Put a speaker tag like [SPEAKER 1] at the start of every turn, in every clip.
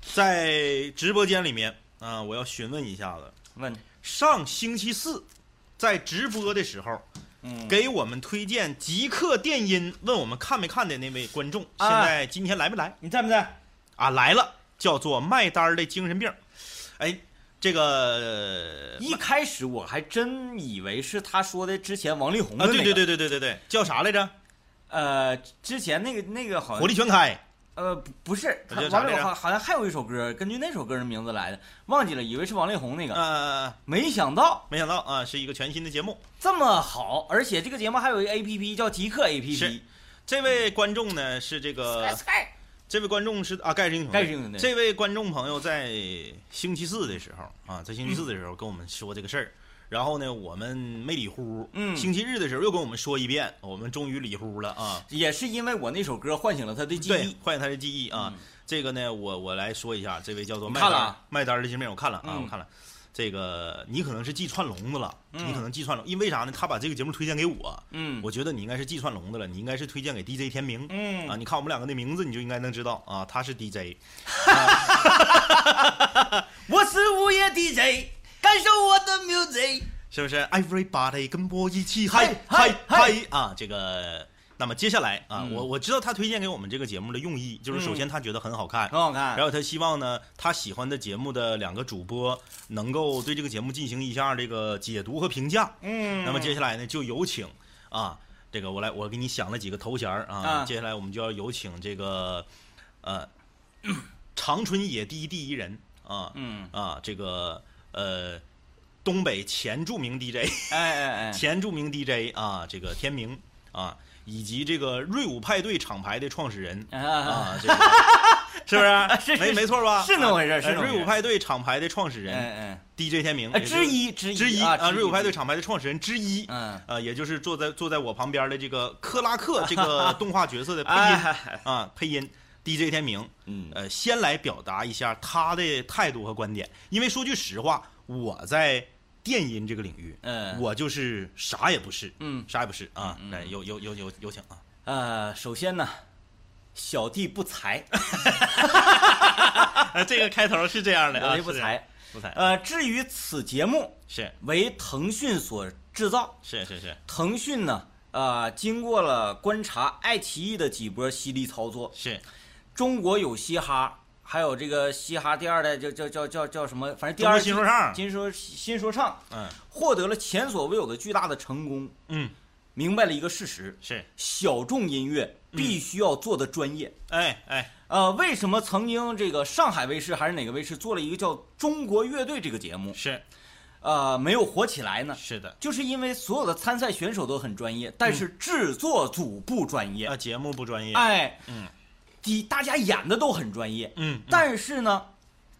[SPEAKER 1] 在直播间里面啊、我要询问一下子，
[SPEAKER 2] 问，
[SPEAKER 1] 上星期四在直播的时候，
[SPEAKER 2] 嗯，
[SPEAKER 1] 给我们推荐极客电音，问我们看没看的那位观众，现
[SPEAKER 2] 啊
[SPEAKER 1] 在今天来没来
[SPEAKER 2] 你在不在？
[SPEAKER 1] 啊？来了，叫做麦单儿的精神病。哎，这个
[SPEAKER 2] 呃一开始我还真以为是他说的之前王力宏的
[SPEAKER 1] 啊，
[SPEAKER 2] 那个，
[SPEAKER 1] 对对，对对对对对，叫啥来着？
[SPEAKER 2] 呃，之前那个那个好
[SPEAKER 1] 火
[SPEAKER 2] 像
[SPEAKER 1] 力全开。
[SPEAKER 2] 呃不不是，
[SPEAKER 1] 我
[SPEAKER 2] 他
[SPEAKER 1] 觉得
[SPEAKER 2] 王力
[SPEAKER 1] 啥来着
[SPEAKER 2] 宏好好像还有一首歌，根据那首歌的名字来的，忘记了，以为是王力宏那个，
[SPEAKER 1] 呃，
[SPEAKER 2] 没想到
[SPEAKER 1] 没想到啊、是一个全新的节目。
[SPEAKER 2] 这么好，而且这个节目还有一个 A P P 叫极客 A P 嗯
[SPEAKER 1] 是
[SPEAKER 2] P，
[SPEAKER 1] 这位观众呢是这个，这位观众是啊，盖世英雄，
[SPEAKER 2] 盖世英雄对
[SPEAKER 1] 这位观众朋友在星期四的时候啊，在星期
[SPEAKER 2] 嗯
[SPEAKER 1] 四的时候跟我们说这个事儿，然后呢，我们没理呼，
[SPEAKER 2] 嗯
[SPEAKER 1] 星期日的时候又跟我们说一遍，我们终于理呼了啊。
[SPEAKER 2] 也是因为我那首歌唤醒了他的记
[SPEAKER 1] 对
[SPEAKER 2] 忆，，
[SPEAKER 1] 唤醒他的记忆啊。
[SPEAKER 2] 嗯
[SPEAKER 1] 这个呢，我我来说一下，这位叫做
[SPEAKER 2] 你
[SPEAKER 1] 麦
[SPEAKER 2] 看
[SPEAKER 1] 丹
[SPEAKER 2] 了
[SPEAKER 1] 儿
[SPEAKER 2] 啊
[SPEAKER 1] 麦丹儿的新面，我看了啊，
[SPEAKER 2] 嗯
[SPEAKER 1] 我看了。这个你可能是记串笼子了，
[SPEAKER 2] 嗯
[SPEAKER 1] 你可能记串笼，因为啥呢？他把这个节目推荐给我，
[SPEAKER 2] 嗯，
[SPEAKER 1] 我觉得你应该是记串笼子了，你应该是推荐给 DJ 天明。
[SPEAKER 2] 嗯
[SPEAKER 1] 啊，你看我们两个的名字，你就应该能知道啊，他是 DJ。
[SPEAKER 2] 我是午夜 DJ，感受我的 music。
[SPEAKER 1] 是不是？Everybody 跟我一起
[SPEAKER 2] 嗨
[SPEAKER 1] 嗨嗨嗨
[SPEAKER 2] 嗨
[SPEAKER 1] 啊！这个，那么接下来啊，
[SPEAKER 2] 嗯
[SPEAKER 1] 我我知道他推荐给我们这个节目的用意，就是首先他觉得很好看，
[SPEAKER 2] 很好看
[SPEAKER 1] 然后他希望呢，他喜欢的节目的两个主播能够对这个节目进行一下这个解读和评价。
[SPEAKER 2] 嗯
[SPEAKER 1] 那么接下来呢，就有请啊，这个我来，我给你想了几个头衔儿啊，
[SPEAKER 2] 啊
[SPEAKER 1] 接下来我们就要有请这个呃， 长春野地第一人啊，
[SPEAKER 2] 嗯，
[SPEAKER 1] 啊，这个呃，东北前著名 DJ，
[SPEAKER 2] 哎哎哎，
[SPEAKER 1] 前著名 DJ 啊，这个天明啊，以及这个瑞舞派对厂牌的创始人
[SPEAKER 2] 啊，
[SPEAKER 1] 啊，这个是不是？
[SPEAKER 2] 是是
[SPEAKER 1] 没没错吧？
[SPEAKER 2] 是那么回事
[SPEAKER 1] 啊
[SPEAKER 2] 是那么回事
[SPEAKER 1] 瑞舞派对厂牌的创始
[SPEAKER 2] 哎
[SPEAKER 1] 人
[SPEAKER 2] 哎，
[SPEAKER 1] DJ 天明
[SPEAKER 2] 啊，
[SPEAKER 1] 也就
[SPEAKER 2] 之一之一
[SPEAKER 1] 之一
[SPEAKER 2] 啊，
[SPEAKER 1] 瑞舞派对，厂牌的创始人之一。
[SPEAKER 2] 嗯，
[SPEAKER 1] 呃，也就是坐在坐在我旁边的这个克拉克这 个动画角色的配音
[SPEAKER 2] 哎，
[SPEAKER 1] 啊，配音 DJ 天明，
[SPEAKER 2] 嗯
[SPEAKER 1] 呃，先来表达一下他的态度和观点，因为说句实话，我在电音这个领域，
[SPEAKER 2] 嗯
[SPEAKER 1] 我就是啥也不是，
[SPEAKER 2] 嗯
[SPEAKER 1] 啥也不是啊。来，有有有有有请啊，
[SPEAKER 2] 呃，首先呢，小弟 不才，
[SPEAKER 1] 啊这个开头是这样的
[SPEAKER 2] 小
[SPEAKER 1] 啊，
[SPEAKER 2] 弟不
[SPEAKER 1] 是这样
[SPEAKER 2] 才，
[SPEAKER 1] 不才，
[SPEAKER 2] 呃，至于此节目
[SPEAKER 1] 是
[SPEAKER 2] 为腾讯所制造，
[SPEAKER 1] 是是是
[SPEAKER 2] 腾讯呢，呃，经过了观察爱奇艺的几波犀利操作，
[SPEAKER 1] 是，
[SPEAKER 2] 中国有嘻哈，还有这个嘻哈第二代叫叫叫叫叫什么？反正第
[SPEAKER 1] 中国
[SPEAKER 2] 二
[SPEAKER 1] 新说唱
[SPEAKER 2] 新说新说唱，
[SPEAKER 1] 嗯
[SPEAKER 2] 获得了前所未有的巨大的成功。
[SPEAKER 1] 嗯
[SPEAKER 2] 明白了一个事实：
[SPEAKER 1] 是，
[SPEAKER 2] 小众音乐
[SPEAKER 1] 嗯
[SPEAKER 2] 必须要做的专业。
[SPEAKER 1] 哎哎
[SPEAKER 2] 呃，为什么曾经这个上海卫视还是哪个卫视做了一个叫《中国乐队》这个节目，
[SPEAKER 1] 是
[SPEAKER 2] 呃，没有火起来呢？
[SPEAKER 1] 是的，
[SPEAKER 2] 就是因为所有的参赛选手都很专业，但是制作组不专业。
[SPEAKER 1] 啊，节目不嗯专业，
[SPEAKER 2] 哎，
[SPEAKER 1] 嗯，
[SPEAKER 2] 底大家演的都很专业，
[SPEAKER 1] 嗯嗯
[SPEAKER 2] 但是呢，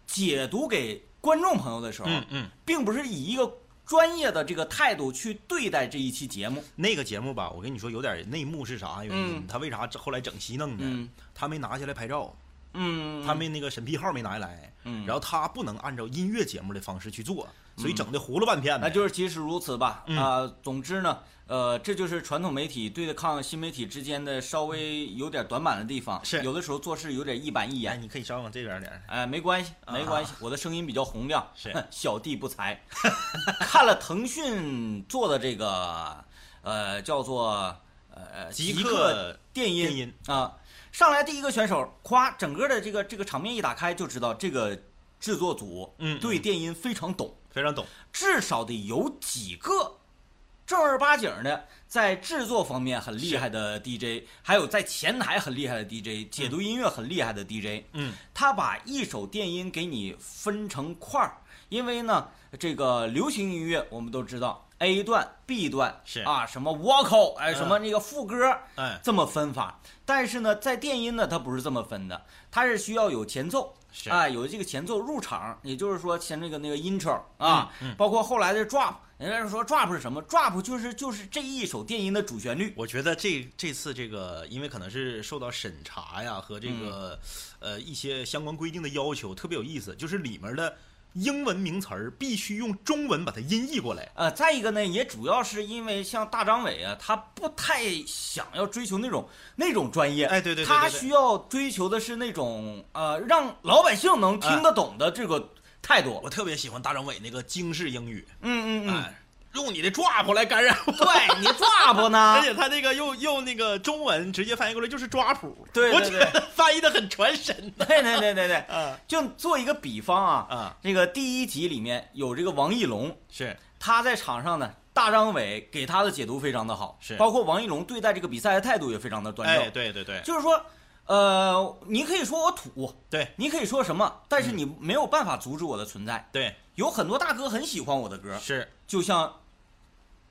[SPEAKER 2] 解读给观众朋友的时候，
[SPEAKER 1] 嗯嗯。
[SPEAKER 2] 并不是以一个专业的这个态度去对待这一期节目。
[SPEAKER 1] 那个节目吧，我跟你说有点内幕是啥原因？
[SPEAKER 2] 嗯
[SPEAKER 1] 他为啥后来整西弄的？
[SPEAKER 2] 嗯
[SPEAKER 1] 他没拿下来拍照，
[SPEAKER 2] 嗯，
[SPEAKER 1] 他们那个审批号没拿下来，
[SPEAKER 2] 嗯
[SPEAKER 1] 然后他不能按照音乐节目的方式去做，所以整的糊了半片呗
[SPEAKER 2] 那就是即使如此吧。啊、
[SPEAKER 1] 嗯
[SPEAKER 2] 总之呢，呃，这就是传统媒体对抗新媒体之间的稍微有点短板的地方。
[SPEAKER 1] 是
[SPEAKER 2] 有的时候做事有点一板一
[SPEAKER 1] 哎，
[SPEAKER 2] 眼。
[SPEAKER 1] 你可以稍微往这边点儿，
[SPEAKER 2] 哎，没关系，
[SPEAKER 1] 啊
[SPEAKER 2] 没关系，我的声音比较洪亮，
[SPEAKER 1] 是
[SPEAKER 2] 小弟不才。 看了腾讯做的这个，呃，叫做呃
[SPEAKER 1] 极
[SPEAKER 2] 极
[SPEAKER 1] 客
[SPEAKER 2] 客电音
[SPEAKER 1] 电音
[SPEAKER 2] 啊，上来第一个选手，夸，整个的这个这个场面一打开，就知道这个制作组
[SPEAKER 1] 嗯
[SPEAKER 2] 对电音非常懂，
[SPEAKER 1] 非常懂。
[SPEAKER 2] 至少得有几个正儿八经的在制作方面很厉害的 DJ，还有在前台很厉害的 DJ，解读音乐很厉害的 DJ，
[SPEAKER 1] 嗯，
[SPEAKER 2] 他把一首电音给你分成块儿，因为呢，这个流行音乐我们都知道。A 段、B 段
[SPEAKER 1] 是
[SPEAKER 2] 啊，什么 vocal，哎，
[SPEAKER 1] 嗯
[SPEAKER 2] 什么那个副歌，
[SPEAKER 1] 哎，
[SPEAKER 2] 这么分法。但是呢，在电音呢，它不是这么分的，它是需要有前奏。
[SPEAKER 1] 是
[SPEAKER 2] 啊，有这个前奏入场，也就是说前那个那个 intro 啊，
[SPEAKER 1] 嗯
[SPEAKER 2] 包括后来的 drop，人家说 drop 是什么？drop 就是就是这一首电音的主旋律。
[SPEAKER 1] 我觉得这这次这个，因为可能是受到审嗯查呀和这个、呃一些相关规定的要求，特别有意思，就是里面的英文名词儿必须用中文把它音译过来。
[SPEAKER 2] 呃，再一个呢，也主要是因为像大张伟啊，他不太想要追求那种那种专业，
[SPEAKER 1] 哎对对对对
[SPEAKER 2] 他
[SPEAKER 1] 对
[SPEAKER 2] 需要追求的是那种呃，让老百姓能听
[SPEAKER 1] 哎
[SPEAKER 2] 得懂的这个态度。
[SPEAKER 1] 我特别喜欢大张伟那个京式英语，
[SPEAKER 2] 嗯嗯嗯，
[SPEAKER 1] 哎，用你的 drop 来感染我。
[SPEAKER 2] 对你 drop 呢
[SPEAKER 1] 而？且他那个用用那个中文直接翻译过来就是抓谱，
[SPEAKER 2] 对对
[SPEAKER 1] 我觉
[SPEAKER 2] 对
[SPEAKER 1] 得翻译的很传神
[SPEAKER 2] 对对对对对，
[SPEAKER 1] 啊
[SPEAKER 2] 就做一个比方啊，
[SPEAKER 1] 啊，
[SPEAKER 2] 这个第一集里面有这个王艺龙，
[SPEAKER 1] 是
[SPEAKER 2] 他在场上呢，大张伟给他的解读非常的好，
[SPEAKER 1] 是
[SPEAKER 2] 包括王艺龙对待这个比赛的态度也非常的端正。
[SPEAKER 1] 哎，对对对
[SPEAKER 2] 就是说，呃，你可以说我土，
[SPEAKER 1] 对
[SPEAKER 2] 你可以说什么，但
[SPEAKER 1] 嗯
[SPEAKER 2] 是你没有办法阻止我的存在。
[SPEAKER 1] 对，
[SPEAKER 2] 有很多大哥很喜欢我的歌，
[SPEAKER 1] 是
[SPEAKER 2] 就像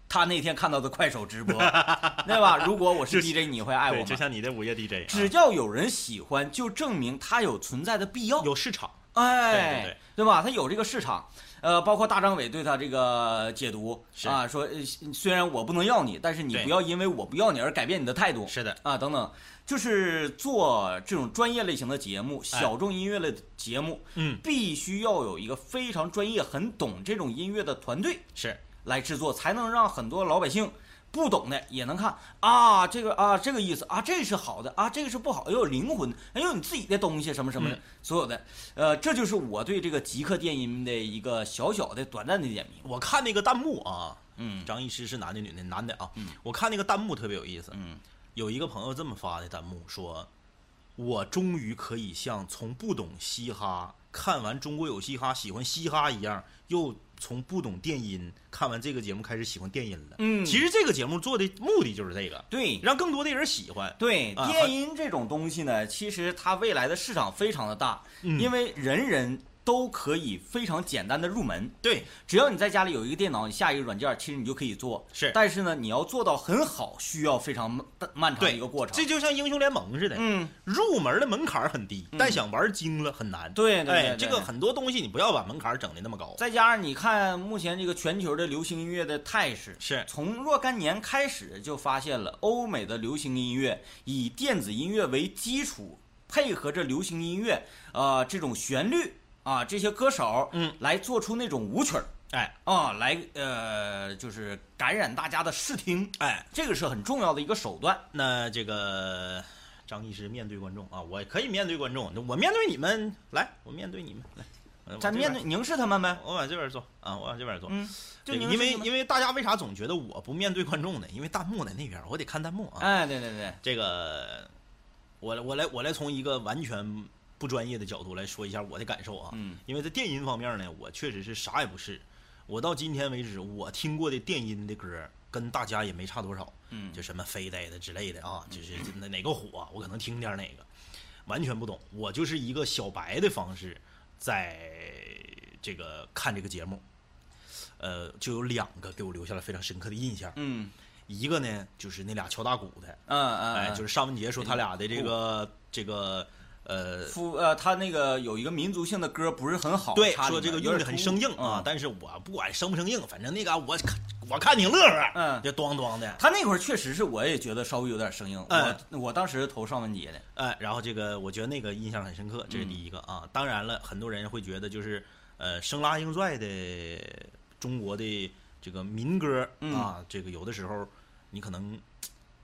[SPEAKER 2] 他那天看到的快手 直播，对吧？如果我是
[SPEAKER 1] 就
[SPEAKER 2] DJ，你会爱我
[SPEAKER 1] 对，就
[SPEAKER 2] 吗？
[SPEAKER 1] 像你的午夜 DJ，啊
[SPEAKER 2] 只要有人喜欢，就证明他有存在的必要，
[SPEAKER 1] 有市场，
[SPEAKER 2] 哎，
[SPEAKER 1] 对对对
[SPEAKER 2] 吧？他有这个市场，呃，包括大张伟对他这个解读
[SPEAKER 1] 是
[SPEAKER 2] 啊，说呃虽然我不能要你，但是你
[SPEAKER 1] 对
[SPEAKER 2] 不要因为我不要你而改变你的态度，
[SPEAKER 1] 是的，
[SPEAKER 2] 啊，等等，就是做这种专业类型的节目、
[SPEAKER 1] 哎
[SPEAKER 2] 小众音乐类的节目，
[SPEAKER 1] 嗯，
[SPEAKER 2] 必须要有一个非常专业、很懂这种音乐的团队
[SPEAKER 1] 是
[SPEAKER 2] 来制作，才能让很多老百姓不懂的也能看啊，这个啊这个意思啊，这是好的啊，这个是不好，又有灵魂，还有你自己的东西什么什么的，
[SPEAKER 1] 嗯
[SPEAKER 2] 所有的，呃，这就是我对这个极客电音的一个小小的短暂的点评。
[SPEAKER 1] 我看那个弹幕啊，
[SPEAKER 2] 嗯
[SPEAKER 1] 张艺师是男的女的？男的啊
[SPEAKER 2] 嗯，
[SPEAKER 1] 我看那个弹幕特别有意思，
[SPEAKER 2] 嗯，
[SPEAKER 1] 有一个朋友这么发的弹幕说：“我终于可以像从不懂嘻哈看完《中国有嘻哈》喜欢嘻哈一样，又从不懂电音看完这个节目开始喜欢电音了。”
[SPEAKER 2] 嗯
[SPEAKER 1] 其实这个节目做的目的就是这个，
[SPEAKER 2] 对。
[SPEAKER 1] 让更多的人喜欢。
[SPEAKER 2] 对
[SPEAKER 1] 啊
[SPEAKER 2] 电音这种东西呢，其实它未来的市场非常的大，
[SPEAKER 1] 嗯
[SPEAKER 2] 因为人人都可以非常简单的入门，
[SPEAKER 1] 对，
[SPEAKER 2] 只要你在家里有一个电脑，你下一个软件，其实你就可以做。
[SPEAKER 1] 是
[SPEAKER 2] 但是呢，你要做到很好，需要非常漫漫长的
[SPEAKER 1] 对
[SPEAKER 2] 一个过程。
[SPEAKER 1] 这就像英雄联盟似的，
[SPEAKER 2] 嗯，
[SPEAKER 1] 入门的门槛很低，但想玩精了很难。
[SPEAKER 2] 对对对
[SPEAKER 1] 哎，
[SPEAKER 2] 对
[SPEAKER 1] 这个很多东西你不要把门槛整的那么高。
[SPEAKER 2] 再加上你看目前这个全球的流行音乐的态势，
[SPEAKER 1] 是
[SPEAKER 2] 从若干年开始就发现了欧美的流行音乐以电子音乐为基础，配合着流行音乐，呃，这种旋律啊，这些歌手，
[SPEAKER 1] 嗯，
[SPEAKER 2] 来做出那种舞曲儿
[SPEAKER 1] 哎
[SPEAKER 2] 啊，来呃，就是感染大家的视听，
[SPEAKER 1] 哎，
[SPEAKER 2] 这个是很重要的一个手段。
[SPEAKER 1] 那这个张医师面对观众啊，我可以面对观众，我面对你们，来，我面对你们，来，呃
[SPEAKER 2] 咱面，对凝视他们呗，
[SPEAKER 1] 我往这边我往这边坐啊，我往这边坐。
[SPEAKER 2] 嗯，就
[SPEAKER 1] 对
[SPEAKER 2] 凝视
[SPEAKER 1] 因为
[SPEAKER 2] 他们
[SPEAKER 1] 因为大家为啥总觉得我不面对观众呢？因为弹幕在那边，我得看弹幕啊。
[SPEAKER 2] 哎，对对对，
[SPEAKER 1] 这个，我来我来我来从一个完全不专业的角度来说一下我的感受啊，
[SPEAKER 2] 嗯，
[SPEAKER 1] 因为在电音方面呢，我确实是啥也不是。我到今天为止，我听过的电音的歌跟大家也没差多少，
[SPEAKER 2] 嗯
[SPEAKER 1] 就什么飞呆的之类的啊，就是哪哪个火，啊我可能听点哪个，完全不懂。我就是一个小白的方式，在这个看这个节目，呃，就有两个给我留下了非常深刻的印象。
[SPEAKER 2] 嗯
[SPEAKER 1] 一个呢，就是那俩敲打鼓的，
[SPEAKER 2] 嗯嗯，哎
[SPEAKER 1] 哎，就是是尚雯婕说他俩的这个这个呃，
[SPEAKER 2] 夫呃，他那个有一个民族性的歌不是很好，
[SPEAKER 1] 对，
[SPEAKER 2] 插里
[SPEAKER 1] 说
[SPEAKER 2] 面
[SPEAKER 1] 这个
[SPEAKER 2] 有点
[SPEAKER 1] 用的很
[SPEAKER 2] 突兀
[SPEAKER 1] 生硬啊
[SPEAKER 2] 嗯，
[SPEAKER 1] 但是我不管生不生硬，反正那嘎、我看我看挺乐呵，
[SPEAKER 2] 嗯
[SPEAKER 1] 就咣咣 的，
[SPEAKER 2] 他那会儿确实是，我也觉得稍微有点生硬。
[SPEAKER 1] 哎
[SPEAKER 2] 我我当时投尚雯婕的，
[SPEAKER 1] 哎，然后这个我觉得那个印象很深刻，这
[SPEAKER 2] 嗯
[SPEAKER 1] 是第一个啊。当然了，很多人会觉得就是呃，生拉硬拽的中国的这个民歌
[SPEAKER 2] 嗯
[SPEAKER 1] 啊，这个有的时候你可能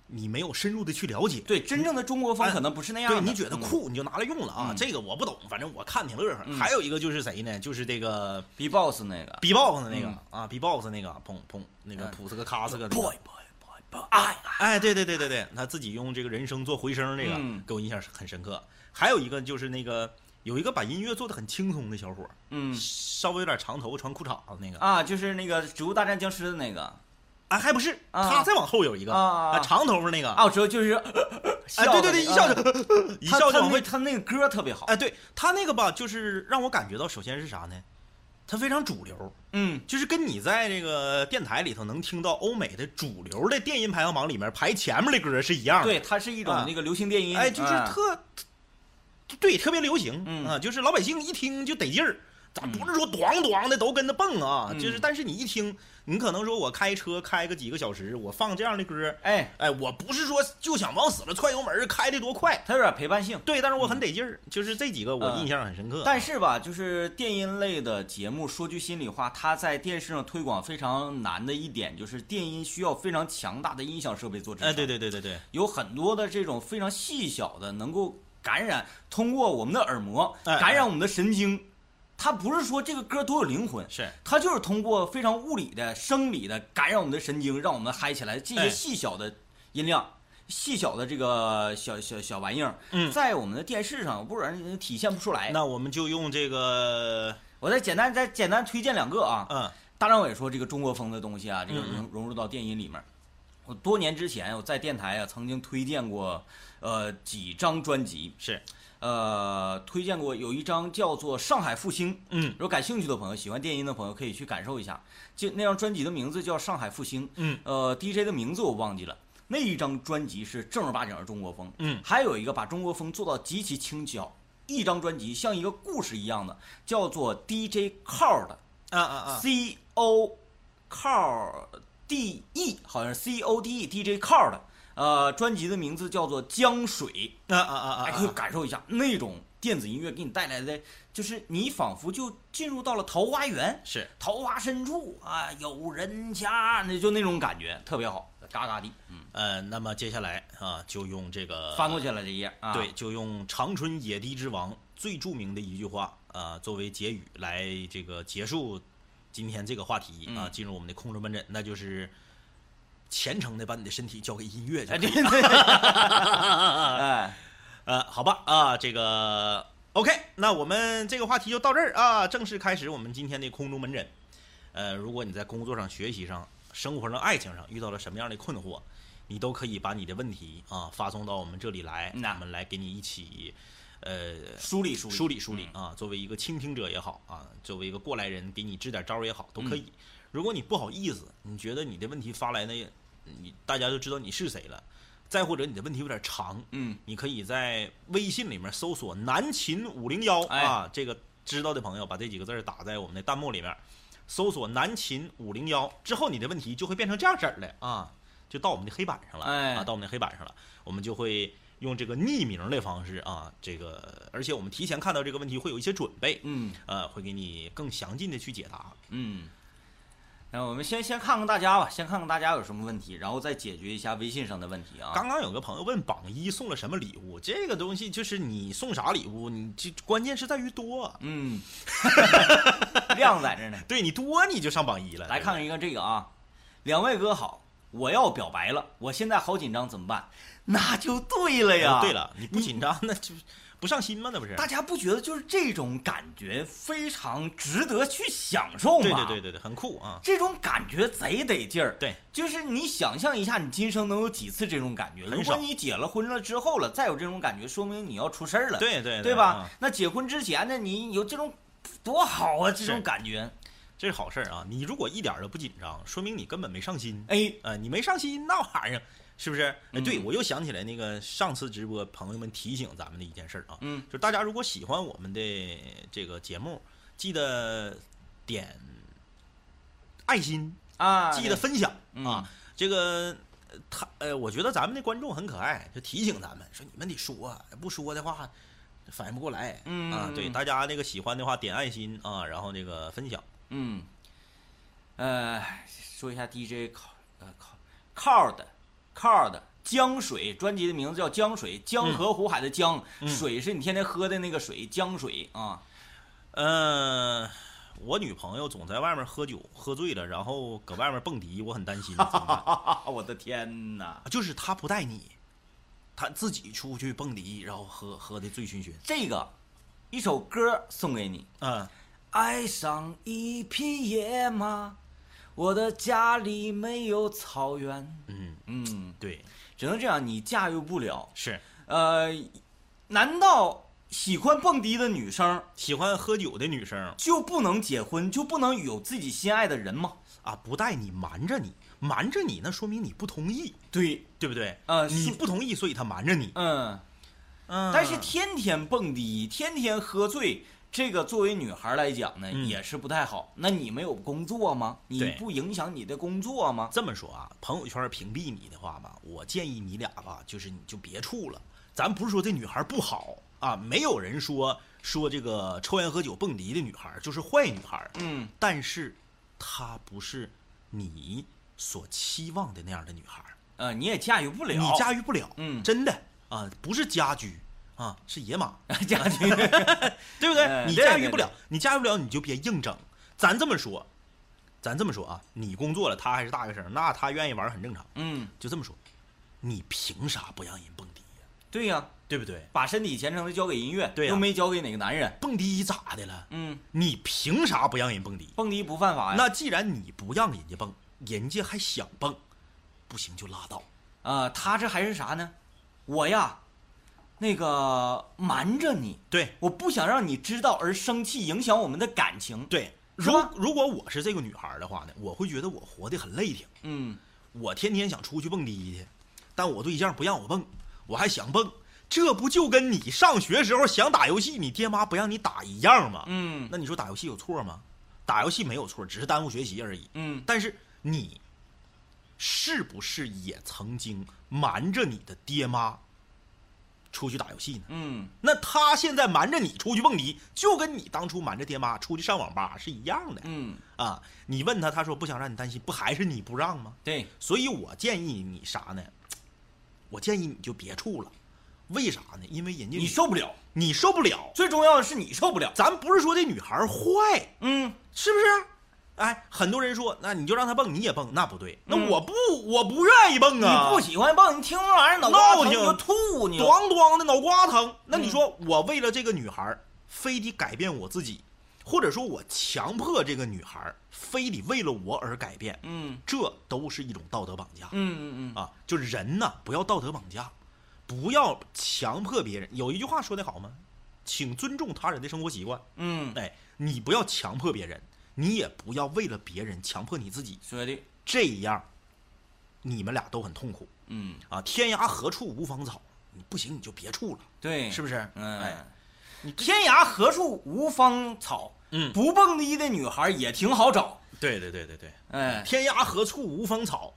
[SPEAKER 1] 你没有深入的去了解，
[SPEAKER 2] 对，真正的中国风
[SPEAKER 1] 哎
[SPEAKER 2] 可能不是那样的。
[SPEAKER 1] 对，你觉得
[SPEAKER 2] 嗯
[SPEAKER 1] 酷你就拿来用了啊，
[SPEAKER 2] 嗯
[SPEAKER 1] 这个我不懂，反正我看挺乐呵。
[SPEAKER 2] 嗯
[SPEAKER 1] 还有一个就是谁呢？就是这个
[SPEAKER 2] B-box 那个
[SPEAKER 1] B-box 的那个、
[SPEAKER 2] 嗯
[SPEAKER 1] 啊，B-box 那个砰砰那个
[SPEAKER 2] 嗯
[SPEAKER 1] 噗呲个咔呲个、那个
[SPEAKER 2] boy boy boy boy，哎，
[SPEAKER 1] 哎，对对对对对，他自己用这个人声做回声，这个、
[SPEAKER 2] 嗯
[SPEAKER 1] 给我印象很深刻。还有一个就是那个有一个把音乐做的很轻松的小伙儿，
[SPEAKER 2] 嗯
[SPEAKER 1] 稍微有点长头，穿裤衩子那个
[SPEAKER 2] 啊，就是那个《植物大战僵尸》的那个
[SPEAKER 1] 啊，还不是、
[SPEAKER 2] 啊
[SPEAKER 1] 他再往后有一个
[SPEAKER 2] 啊啊啊
[SPEAKER 1] 长头发那个，
[SPEAKER 2] 啊，我知道就是，
[SPEAKER 1] 哎，对对对，一笑
[SPEAKER 2] 就
[SPEAKER 1] 就、 一笑就往
[SPEAKER 2] 啊嗯他
[SPEAKER 1] 回
[SPEAKER 2] 他那个歌特别好。
[SPEAKER 1] 哎，对他那个吧，就是让我感觉到，首先是啥呢？他非常主流，
[SPEAKER 2] 嗯，
[SPEAKER 1] 就是跟你在这个电台里头能听到欧美的主流的电音排行榜里面排前面的歌是一样的。
[SPEAKER 2] 对，它是一种
[SPEAKER 1] 啊
[SPEAKER 2] 那个流行电音，
[SPEAKER 1] 哎，就是
[SPEAKER 2] 啊
[SPEAKER 1] 特，对，特别流行
[SPEAKER 2] 嗯
[SPEAKER 1] 啊，就是老百姓一听就得劲儿。咱不是说咣咣的都跟着蹦啊，
[SPEAKER 2] 嗯
[SPEAKER 1] 就是但是你一听，你可能说我开车开个几个小时，我放这样的歌，
[SPEAKER 2] 哎，
[SPEAKER 1] 哎，我不是说就想往死了踹油门，开的多快，
[SPEAKER 2] 它有点陪伴性。
[SPEAKER 1] 对，但是我很得劲儿，就是这几个我印象很深刻。
[SPEAKER 2] 嗯
[SPEAKER 1] 啊
[SPEAKER 2] 但是吧，就是电音类的节目，说句心里话，它在电视上推广非常难的一点，就是电音需要非常强大的音响设备做支撑。
[SPEAKER 1] 哎，对对对对对，
[SPEAKER 2] 有很多的这种非常细小的，能够感染，通过我们的耳膜
[SPEAKER 1] 哎
[SPEAKER 2] 感染我们的神经。它不是说这个歌多有灵魂，
[SPEAKER 1] 是
[SPEAKER 2] 它就是通过非常物理的、生理的感染我们的神经，让我们嗨起来。这
[SPEAKER 1] 哎
[SPEAKER 2] 些细小的音量、细小的这个小小小玩意儿，
[SPEAKER 1] 嗯
[SPEAKER 2] 在我们的电视上，不然体现不出来。
[SPEAKER 1] 那我们就用这个，
[SPEAKER 2] 我再简单再简单推荐两个啊，
[SPEAKER 1] 嗯
[SPEAKER 2] 大张伟说这个中国风的东西啊，这个
[SPEAKER 1] 嗯嗯
[SPEAKER 2] 融融入到电音里面。我多年之前我在电台啊曾经推荐过，呃几张专辑，
[SPEAKER 1] 是，
[SPEAKER 2] 呃推荐过有一张叫做《上海复兴》，
[SPEAKER 1] 嗯
[SPEAKER 2] 如果感兴趣的朋友，喜欢电音的朋友可以去感受一下。就那张专辑的名字叫《上海复兴》，
[SPEAKER 1] 嗯
[SPEAKER 2] 呃 DJ 的名字我忘记了。那一张专辑是正儿八经的中国风，
[SPEAKER 1] 嗯，
[SPEAKER 2] 还有一个把中国风做到极其轻巧，一张专辑像一个故事一样的，叫做 DJ Card。
[SPEAKER 1] 啊啊啊，
[SPEAKER 2] C O 靠 D E 好像是 C O D E D J 靠的，呃，专辑的名字叫做《江水》，
[SPEAKER 1] 啊啊啊啊
[SPEAKER 2] 大家可以
[SPEAKER 1] 啊，
[SPEAKER 2] 哎感受一下那种电子音乐给你带来的，就是你仿佛就进入到了桃花源，
[SPEAKER 1] 是。
[SPEAKER 2] 桃花深处啊有人家，那就那种感觉特别好，嘎嘎的，嗯，
[SPEAKER 1] 呃，那么接下来啊，就用这个
[SPEAKER 2] 翻过去了这一页啊，
[SPEAKER 1] 对，，就用长春野地之王最著名的一句话啊、呃作为结语来这个结束今天这个话题啊、
[SPEAKER 2] 嗯
[SPEAKER 1] 进入我们的空中门诊，那就是虔诚的把你的身体交给音乐去
[SPEAKER 2] 哎，。对对，哎，
[SPEAKER 1] 呃，好吧啊，这个 OK，那我们这个话题就到这儿啊，正式开始我们今天的空中门诊。呃，如果你在工作上、学习上、生活上、爱情上遇到了什么样的困惑，你都可以把你的问题啊发送到我们这里来，
[SPEAKER 2] 嗯呐
[SPEAKER 1] 我们来给你一起呃
[SPEAKER 2] 梳理梳理嗯
[SPEAKER 1] 梳理梳理啊，作为一个倾听者也好啊，作为一个过来人，给你支点招儿也好，都
[SPEAKER 2] 嗯
[SPEAKER 1] 可以。如果你不好意思，你觉得你的问题发来呢，你大家就知道你是谁了。再或者你的问题有点长，
[SPEAKER 2] 嗯，
[SPEAKER 1] 你可以在微信里面搜索“南秦五零幺”
[SPEAKER 2] 哎
[SPEAKER 1] 啊，这个知道的朋友把这几个字儿打在我们的弹幕里面，搜索“南秦五零幺”之后，你的问题就会变成这样式儿的啊，就到我们的黑板上了，
[SPEAKER 2] 哎
[SPEAKER 1] 啊，到我们的黑板上了，我们就会用这个匿名的方式啊，这个而且我们提前看到这个问题会有一些准备，
[SPEAKER 2] 嗯。
[SPEAKER 1] 呃，会给你更详尽的去解答。
[SPEAKER 2] 嗯，那我们先先看看大家吧，先看看大家有什么问题，然后再解决一下微信上的问题啊。
[SPEAKER 1] 刚刚有个朋友问榜一送了什么礼物，这个东西就是你送啥礼物，你这关键是在于多，啊
[SPEAKER 2] 嗯， 量在这呢。
[SPEAKER 1] 对你多你就上榜一了。
[SPEAKER 2] 来看看一个这个啊，两位哥好，我要表白了，我现在好紧张，怎么办？那就对了呀。
[SPEAKER 1] 哎对，了，你不紧张那就不上心吗？那不是？
[SPEAKER 2] 大家不觉得就是这种感觉非常值得去享受吗？
[SPEAKER 1] 对对对，对对，很酷啊！
[SPEAKER 2] 这种感觉贼得劲儿。
[SPEAKER 1] 对，
[SPEAKER 2] 就是你想象一下，你今生能有几次这种感觉？
[SPEAKER 1] 很
[SPEAKER 2] 如
[SPEAKER 1] 少
[SPEAKER 2] 果你结了婚了之后了，再有这种感觉，说明你要出事儿了，
[SPEAKER 1] 对对
[SPEAKER 2] 嗯对吧
[SPEAKER 1] 啊？
[SPEAKER 2] 那结婚之前呢，你有这种多好啊，这
[SPEAKER 1] 是
[SPEAKER 2] 种感觉。
[SPEAKER 1] 这是好事儿啊！你如果一点儿都不紧张，说明你根本没上心。
[SPEAKER 2] 哎，
[SPEAKER 1] 呃，你没上心那玩意儿是不是？哎，
[SPEAKER 2] 嗯
[SPEAKER 1] 对我又想起来那个上次直播朋友们提醒咱们的一件事儿啊，
[SPEAKER 2] 嗯，
[SPEAKER 1] 就是大家如果喜欢我们的这个节目，记得点爱心，
[SPEAKER 2] 啊，
[SPEAKER 1] 记得分享
[SPEAKER 2] 对
[SPEAKER 1] 啊。这个呃他呃，我觉得咱们的观众很可爱，就提醒咱们说你们得说啊，不说的话反应不过来。
[SPEAKER 2] 嗯
[SPEAKER 1] 啊，对大家那个喜欢的话点爱心啊，然后那个分享。
[SPEAKER 2] 嗯，呃，说一下 DJ 靠呃靠 Card Card 江水专辑的名字叫江水，江河湖海的江，水是你天天喝的那个水，江水啊。
[SPEAKER 1] 嗯，我女朋友总在外面喝酒，喝醉了，然后搁外面蹦迪，我很担 心。怎么办
[SPEAKER 2] 我的天哪！
[SPEAKER 1] 就是她不带你，她自己出去蹦迪，然后喝喝的醉醺醺。
[SPEAKER 2] 这个一首歌送给你，
[SPEAKER 1] 嗯，
[SPEAKER 2] 爱上一匹野马，我的家里没有草原。
[SPEAKER 1] 嗯，
[SPEAKER 2] 嗯，
[SPEAKER 1] 对，
[SPEAKER 2] 只能这样，你驾驭不了。
[SPEAKER 1] 是
[SPEAKER 2] 呃，难道喜欢蹦迪的女生
[SPEAKER 1] 喜欢喝酒的女生
[SPEAKER 2] 就不能结婚，就不能有自己心爱的人吗？
[SPEAKER 1] 啊，不带你瞒着你，瞒着你那说明你不同意，
[SPEAKER 2] 对，
[SPEAKER 1] 对不对？
[SPEAKER 2] 呃
[SPEAKER 1] 你
[SPEAKER 2] 是
[SPEAKER 1] 不同意，所以她瞒着你。
[SPEAKER 2] 嗯，
[SPEAKER 1] 嗯，
[SPEAKER 2] 但是天天蹦迪，天天喝醉，这个作为女孩来讲呢，
[SPEAKER 1] 嗯
[SPEAKER 2] 也是不太好。那你没有工作吗？你
[SPEAKER 1] 对
[SPEAKER 2] 不影响你的工作吗？
[SPEAKER 1] 这么说啊，朋友圈屏蔽你的话吧，我建议你俩吧，就是你就别处了。咱不是说这女孩不好啊，没有人说说这个抽烟喝酒蹦迪的女孩就是坏女孩，
[SPEAKER 2] 嗯，
[SPEAKER 1] 但是她不是你所期望的那样的女孩，
[SPEAKER 2] 呃，你也驾驭不了，
[SPEAKER 1] 你驾驭不了，
[SPEAKER 2] 嗯
[SPEAKER 1] 真的啊，不是家居啊，是野马，
[SPEAKER 2] 驾驭
[SPEAKER 1] 对不对？
[SPEAKER 2] 嗯
[SPEAKER 1] 你
[SPEAKER 2] 对
[SPEAKER 1] 驾
[SPEAKER 2] 对
[SPEAKER 1] 驭不
[SPEAKER 2] 对
[SPEAKER 1] 了，你驾驭不了，你就别硬整。咱这么说，咱这么说啊，你工作了，他还是大学生，那他愿意玩很正常。
[SPEAKER 2] 嗯，
[SPEAKER 1] 就这么说，你凭啥不让人蹦迪呀、
[SPEAKER 2] 对呀、
[SPEAKER 1] 对不对？
[SPEAKER 2] 把身体虔诚的交给音乐，
[SPEAKER 1] 对呀
[SPEAKER 2] 又没交给哪个男人。
[SPEAKER 1] 蹦迪咋的了？
[SPEAKER 2] 嗯，
[SPEAKER 1] 你凭啥不让人蹦迪？
[SPEAKER 2] 蹦迪不犯法呀？
[SPEAKER 1] 那既然你不让人家蹦，人家还想蹦，不行就拉倒。
[SPEAKER 2] 啊、他这还是啥呢？我呀，那个瞒着你，
[SPEAKER 1] 对
[SPEAKER 2] 我不想让你知道而生气，影响我们的感情。
[SPEAKER 1] 对，
[SPEAKER 2] 是
[SPEAKER 1] 如
[SPEAKER 2] 吧
[SPEAKER 1] 如果我是这个女孩的话呢，我会觉得我活得很累挺。
[SPEAKER 2] 嗯，
[SPEAKER 1] 我天天想出去蹦迪去，但我对象不让我蹦，我还想蹦，这不就跟你上学时候想打游戏，你爹妈不让你打一样吗？
[SPEAKER 2] 嗯
[SPEAKER 1] 那你说打游戏有错吗？打游戏没有错，只是耽误学习而已。
[SPEAKER 2] 嗯，
[SPEAKER 1] 但是你是不是也曾经瞒着你的爹妈出去打游戏呢？
[SPEAKER 2] 嗯，
[SPEAKER 1] 那他现在瞒着你出去蹦迪，就跟你当初瞒着爹妈出去上网吧是一样的
[SPEAKER 2] 嗯，
[SPEAKER 1] 啊！你问他，他说不想让你担心，不还是你不让吗？
[SPEAKER 2] 对，
[SPEAKER 1] 所以我建议你啥呢？我建议你就别处了，为啥呢？因为人家
[SPEAKER 2] 你受不了。
[SPEAKER 1] 你受不了，
[SPEAKER 2] 最重要的是你受不了。
[SPEAKER 1] 咱不是说这女孩儿坏，
[SPEAKER 2] 嗯，
[SPEAKER 1] 是不是？哎，很多人说，那你就让她蹦，你也蹦，那不对。那
[SPEAKER 2] 嗯
[SPEAKER 1] 我不，我不愿意蹦
[SPEAKER 2] 你
[SPEAKER 1] 啊，
[SPEAKER 2] 不喜欢蹦，你听那玩意儿脑瓜
[SPEAKER 1] 闹
[SPEAKER 2] 疼你
[SPEAKER 1] 挺
[SPEAKER 2] 就吐，你就
[SPEAKER 1] 咣咣的脑瓜疼。那
[SPEAKER 2] 嗯
[SPEAKER 1] 你说，我为了这个女孩儿，非得改变我自己，或者说我强迫这个女孩儿，非得为了我而改变，
[SPEAKER 2] 嗯
[SPEAKER 1] 这都是一种道德绑架。
[SPEAKER 2] 嗯嗯嗯，
[SPEAKER 1] 啊，就是人呐，不要道德绑架，不要强迫别人。有一句话说得好吗？请尊重他人的生活习惯。
[SPEAKER 2] 嗯，
[SPEAKER 1] 哎，你不要强迫别人，你也不要为了别人强迫你自己，
[SPEAKER 2] 说的，
[SPEAKER 1] 这样你们俩都很痛苦
[SPEAKER 2] 嗯，
[SPEAKER 1] 啊！天涯何处无芳草，你不行你就别处了，
[SPEAKER 2] 对，
[SPEAKER 1] 是不
[SPEAKER 2] 是？
[SPEAKER 1] 是？
[SPEAKER 2] 嗯，
[SPEAKER 1] 哎，
[SPEAKER 2] 天涯何处无芳草？
[SPEAKER 1] 嗯
[SPEAKER 2] 不蹦迪的女孩也挺好找。
[SPEAKER 1] 对对对对对，
[SPEAKER 2] 哎，
[SPEAKER 1] 天涯何处无芳草，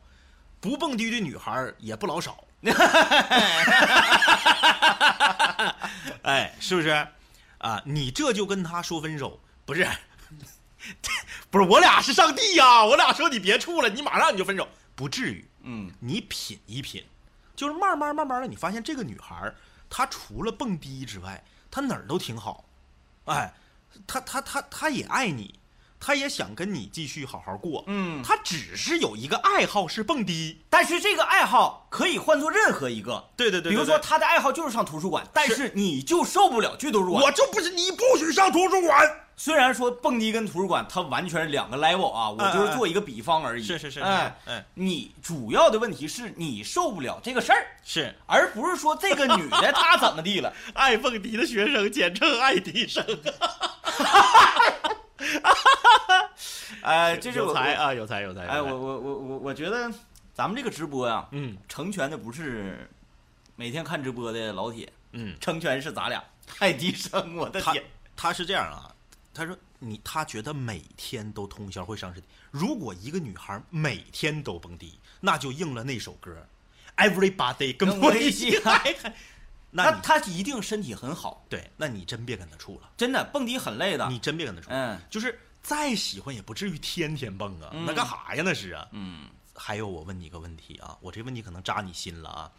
[SPEAKER 1] 不蹦迪的女孩儿也不老少。哎，是不是？啊，你这就跟他说分手，不是？ 不是，我俩是上帝呀、我俩说你别处了，你马上你就分手，不至于。
[SPEAKER 2] 嗯
[SPEAKER 1] 你品一品，就是慢慢慢慢的，你发现这个女孩儿，她除了蹦迪之外，她哪儿都挺好，哎，她她她她也爱你，她也想跟你继续好好过，
[SPEAKER 2] 嗯，
[SPEAKER 1] 她只是有一个爱好是蹦迪，
[SPEAKER 2] 但是这个爱好可以换做任何一个。
[SPEAKER 1] 对对
[SPEAKER 2] 比如说，他的爱好就是上图书馆，但是你就受不了去图书馆。
[SPEAKER 1] 我就不是你不许上图书馆，
[SPEAKER 2] 虽然说蹦迪跟图书馆它完全是两个 level 啊，我就是做一个比方而已。
[SPEAKER 1] 嗯是是是，
[SPEAKER 2] 哎，
[SPEAKER 1] 哎
[SPEAKER 2] 你主要的问题是你受不了这个事儿，
[SPEAKER 1] 是
[SPEAKER 2] 而不是说这个女的她怎么 地了。
[SPEAKER 1] 爱蹦迪的学生，简称爱迪生，
[SPEAKER 2] 哎，这是我
[SPEAKER 1] 有才啊，有才有才，有
[SPEAKER 2] 我哎，
[SPEAKER 1] 才
[SPEAKER 2] 我我我我我觉得咱们这个直播呀、
[SPEAKER 1] 嗯
[SPEAKER 2] 成全的不是每天看直播的老铁，
[SPEAKER 1] 嗯，
[SPEAKER 2] 成全是咱俩爱迪生，我的
[SPEAKER 1] 他
[SPEAKER 2] 天，
[SPEAKER 1] 他是这样啊，他说你他觉得每天都通宵会上身体。如果一个女孩每天都蹦迪，那就应了那首歌，Everybody 跟我一起来。那
[SPEAKER 2] 他
[SPEAKER 1] 你
[SPEAKER 2] 他一定身体很好，
[SPEAKER 1] 对，那你真别跟他处了，
[SPEAKER 2] 真的蹦迪很累的。
[SPEAKER 1] 你真别跟他处，
[SPEAKER 2] 嗯
[SPEAKER 1] 就是再喜欢也不至于天天蹦啊，
[SPEAKER 2] 嗯
[SPEAKER 1] 那干啥呀？那是啊。
[SPEAKER 2] 嗯
[SPEAKER 1] 还有，我问你一个问题啊，我这个问题可能扎你心了啊，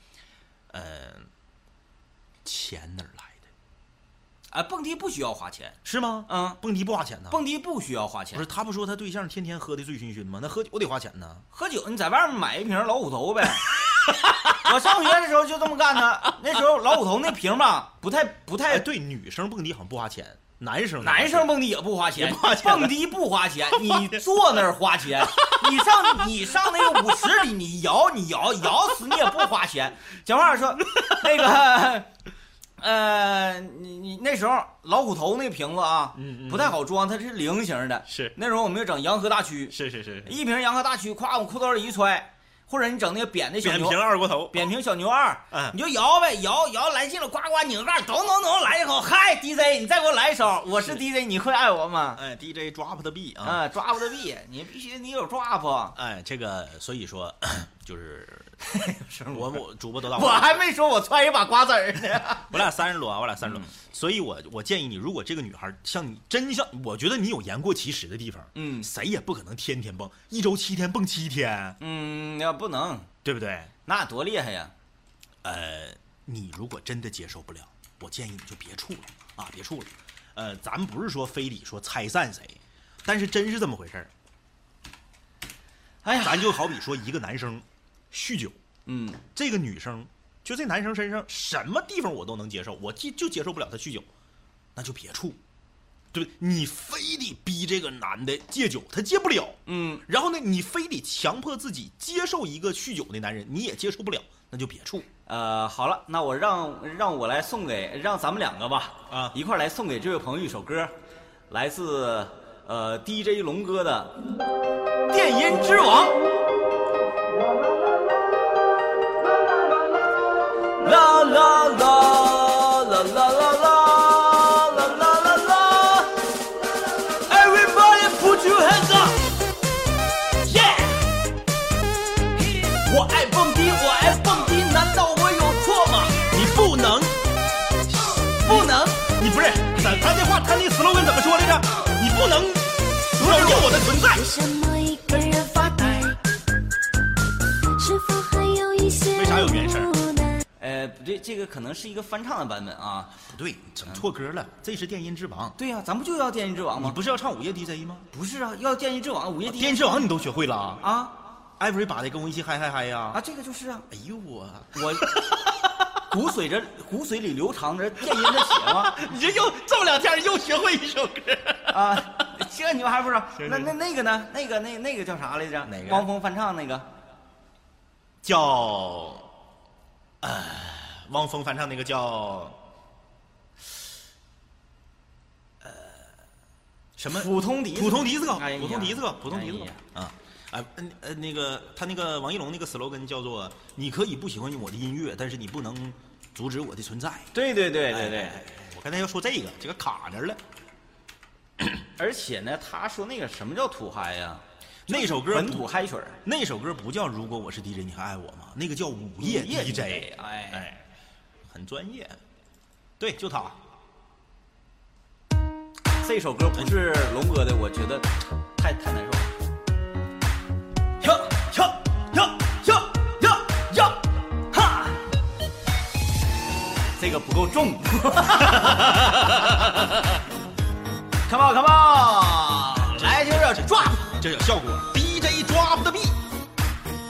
[SPEAKER 1] 呃，钱哪儿来的？
[SPEAKER 2] 啊，蹦迪不需要花钱，
[SPEAKER 1] 是吗？
[SPEAKER 2] 嗯，
[SPEAKER 1] 蹦迪不花钱呢？
[SPEAKER 2] 蹦迪不需要花钱
[SPEAKER 1] 不。是他不说他对象天天喝的醉醺醺吗？那喝酒得花钱呢。
[SPEAKER 2] 喝酒你在外面买一瓶老虎头呗。我上学的时候就这么干的，那时候老虎头那瓶吧，不太不
[SPEAKER 1] 哎，
[SPEAKER 2] 太，
[SPEAKER 1] 对，女生蹦迪好像不花钱，男生
[SPEAKER 2] 男生蹦迪也不花钱
[SPEAKER 1] 也不花，钱
[SPEAKER 2] 蹦迪不花钱，你坐那儿花钱，你上你上那个舞池里，你摇你摇摇死你也不花钱。讲话说那个，呃，你你那时候老虎头那瓶子啊，
[SPEAKER 1] 嗯嗯
[SPEAKER 2] 不太好装，它是菱形的，
[SPEAKER 1] 是
[SPEAKER 2] 那时候我们要整洋河大曲，
[SPEAKER 1] 是是是
[SPEAKER 2] 一瓶洋河大曲，夸往裤兜里一揣，或者你整那个扁的小
[SPEAKER 1] 扁
[SPEAKER 2] 牛
[SPEAKER 1] 平，二锅头，
[SPEAKER 2] 扁平小牛二，
[SPEAKER 1] 嗯
[SPEAKER 2] 你就摇呗，摇摇来劲了，呱呱拧个盖，咚咚咚来一口，嗨 DJ，你再给我来一首，我是
[SPEAKER 1] 是
[SPEAKER 2] DJ，你会爱我吗？
[SPEAKER 1] 哎，DJ drop the beat 啊，
[SPEAKER 2] 啊，抓不得币，你必须你有 drop，
[SPEAKER 1] 哎，这个所以说 就是
[SPEAKER 2] 是
[SPEAKER 1] 我我主播都大
[SPEAKER 2] 我还没说我揣一把瓜子儿呢。
[SPEAKER 1] 我俩三人摞啊，我俩三人摞，所以我我建议你，如果这个女孩像你真像，我觉得你有言过其实的地方，
[SPEAKER 2] 嗯
[SPEAKER 1] 谁也不可能天天蹦，一周七天蹦七天，
[SPEAKER 2] 嗯，那不能，
[SPEAKER 1] 对不对？
[SPEAKER 2] 那多厉害呀！
[SPEAKER 1] 呃，你如果真的接受不了，我建议你就别处了啊，别处了。呃，咱们不是说非得说拆散谁，但是真是这么回事儿。
[SPEAKER 2] 哎呀，
[SPEAKER 1] 咱就好比说一个男生酗酒，
[SPEAKER 2] 嗯，
[SPEAKER 1] 这个女生就这男生身上什么地方我都能接受，我就就接受不了他酗酒，那就别处，对不对？你非得逼这个男的戒酒，他戒不了，
[SPEAKER 2] 嗯，
[SPEAKER 1] 然后呢，你非得强迫自己接受一个酗酒的男人，你也接受不了，那就别处。
[SPEAKER 2] 呃，好了，那我让让我来送给让咱们两个吧，
[SPEAKER 1] 啊
[SPEAKER 2] 一块儿来送给这位朋友一首歌，来自呃 DJ 龙哥的《电音之王》。啦啦啦啦啦啦啦啦啦啦啦，Everybody put your hands up！Yeah，我爱蹦迪，我爱蹦迪，难道我有错吗？
[SPEAKER 1] 啊你不能，
[SPEAKER 2] 不能。
[SPEAKER 1] 你不是咱他那话，他那 slogan 怎么说来着？你不能否认我的存在
[SPEAKER 3] 为。什么一个人发呆？是否还有一些
[SPEAKER 1] 为啥有原声
[SPEAKER 3] 无奈？
[SPEAKER 2] 呃，不对，这个可能是一个翻唱的版本啊。
[SPEAKER 1] 不对，整错歌了，这是电音之王。
[SPEAKER 2] 对呀、咱不就要《电音之王》
[SPEAKER 1] 你
[SPEAKER 2] 吗？
[SPEAKER 1] 不是要唱午夜 DJ 吗？
[SPEAKER 2] 不是啊，要《电音之王》午夜第一
[SPEAKER 1] 电音之王你都学会了啊
[SPEAKER 2] 啊
[SPEAKER 1] ？Everybody 跟我一起嗨嗨嗨呀！
[SPEAKER 2] 啊，这个就是啊，
[SPEAKER 1] 哎呦我，
[SPEAKER 2] 我骨髓着骨髓里流淌着电音的血吗？
[SPEAKER 1] 你这又这么两天又学会一首歌，
[SPEAKER 2] 啊，这你们还不知道？
[SPEAKER 1] 行
[SPEAKER 2] 那
[SPEAKER 1] 行
[SPEAKER 2] 那那个呢？那个那那个叫啥来着？
[SPEAKER 1] 哪个
[SPEAKER 2] 汪峰翻唱那个？
[SPEAKER 1] 叫，呃，汪峰翻唱那个叫，呃，呃什么？
[SPEAKER 2] 普通迪斯科
[SPEAKER 1] 普通迪斯科，
[SPEAKER 2] 哎呀
[SPEAKER 1] 普通迪斯科，普通迪斯
[SPEAKER 2] 哎呀
[SPEAKER 1] 科啊。啊，嗯呃，那个他那个王一龙那个 slogan 叫做“你可以不喜欢我的音乐，但是你不能阻止我的存在
[SPEAKER 2] 对对对”。对
[SPEAKER 1] 哎
[SPEAKER 2] 对
[SPEAKER 1] 哎。哎我刚才要说这个，这个卡那儿了。
[SPEAKER 2] 而且呢，他说那个什么叫土嗨呀、
[SPEAKER 1] 那首歌
[SPEAKER 2] 本
[SPEAKER 1] 不
[SPEAKER 2] 土嗨曲儿。
[SPEAKER 1] 那首歌不叫《如果我是 DJ 你还爱我吗》，那个叫《午夜
[SPEAKER 2] 午夜
[SPEAKER 1] DJ》。
[SPEAKER 2] 哎
[SPEAKER 1] 哎，很专业。对，就他。
[SPEAKER 2] 这首歌不是龙哥的，我觉得太太难受了。
[SPEAKER 1] 跳跳跳跳跳跳！
[SPEAKER 2] 哈，这个不够重。come on come on，来就是 drop。
[SPEAKER 1] 这有效果。DJ drop the beat。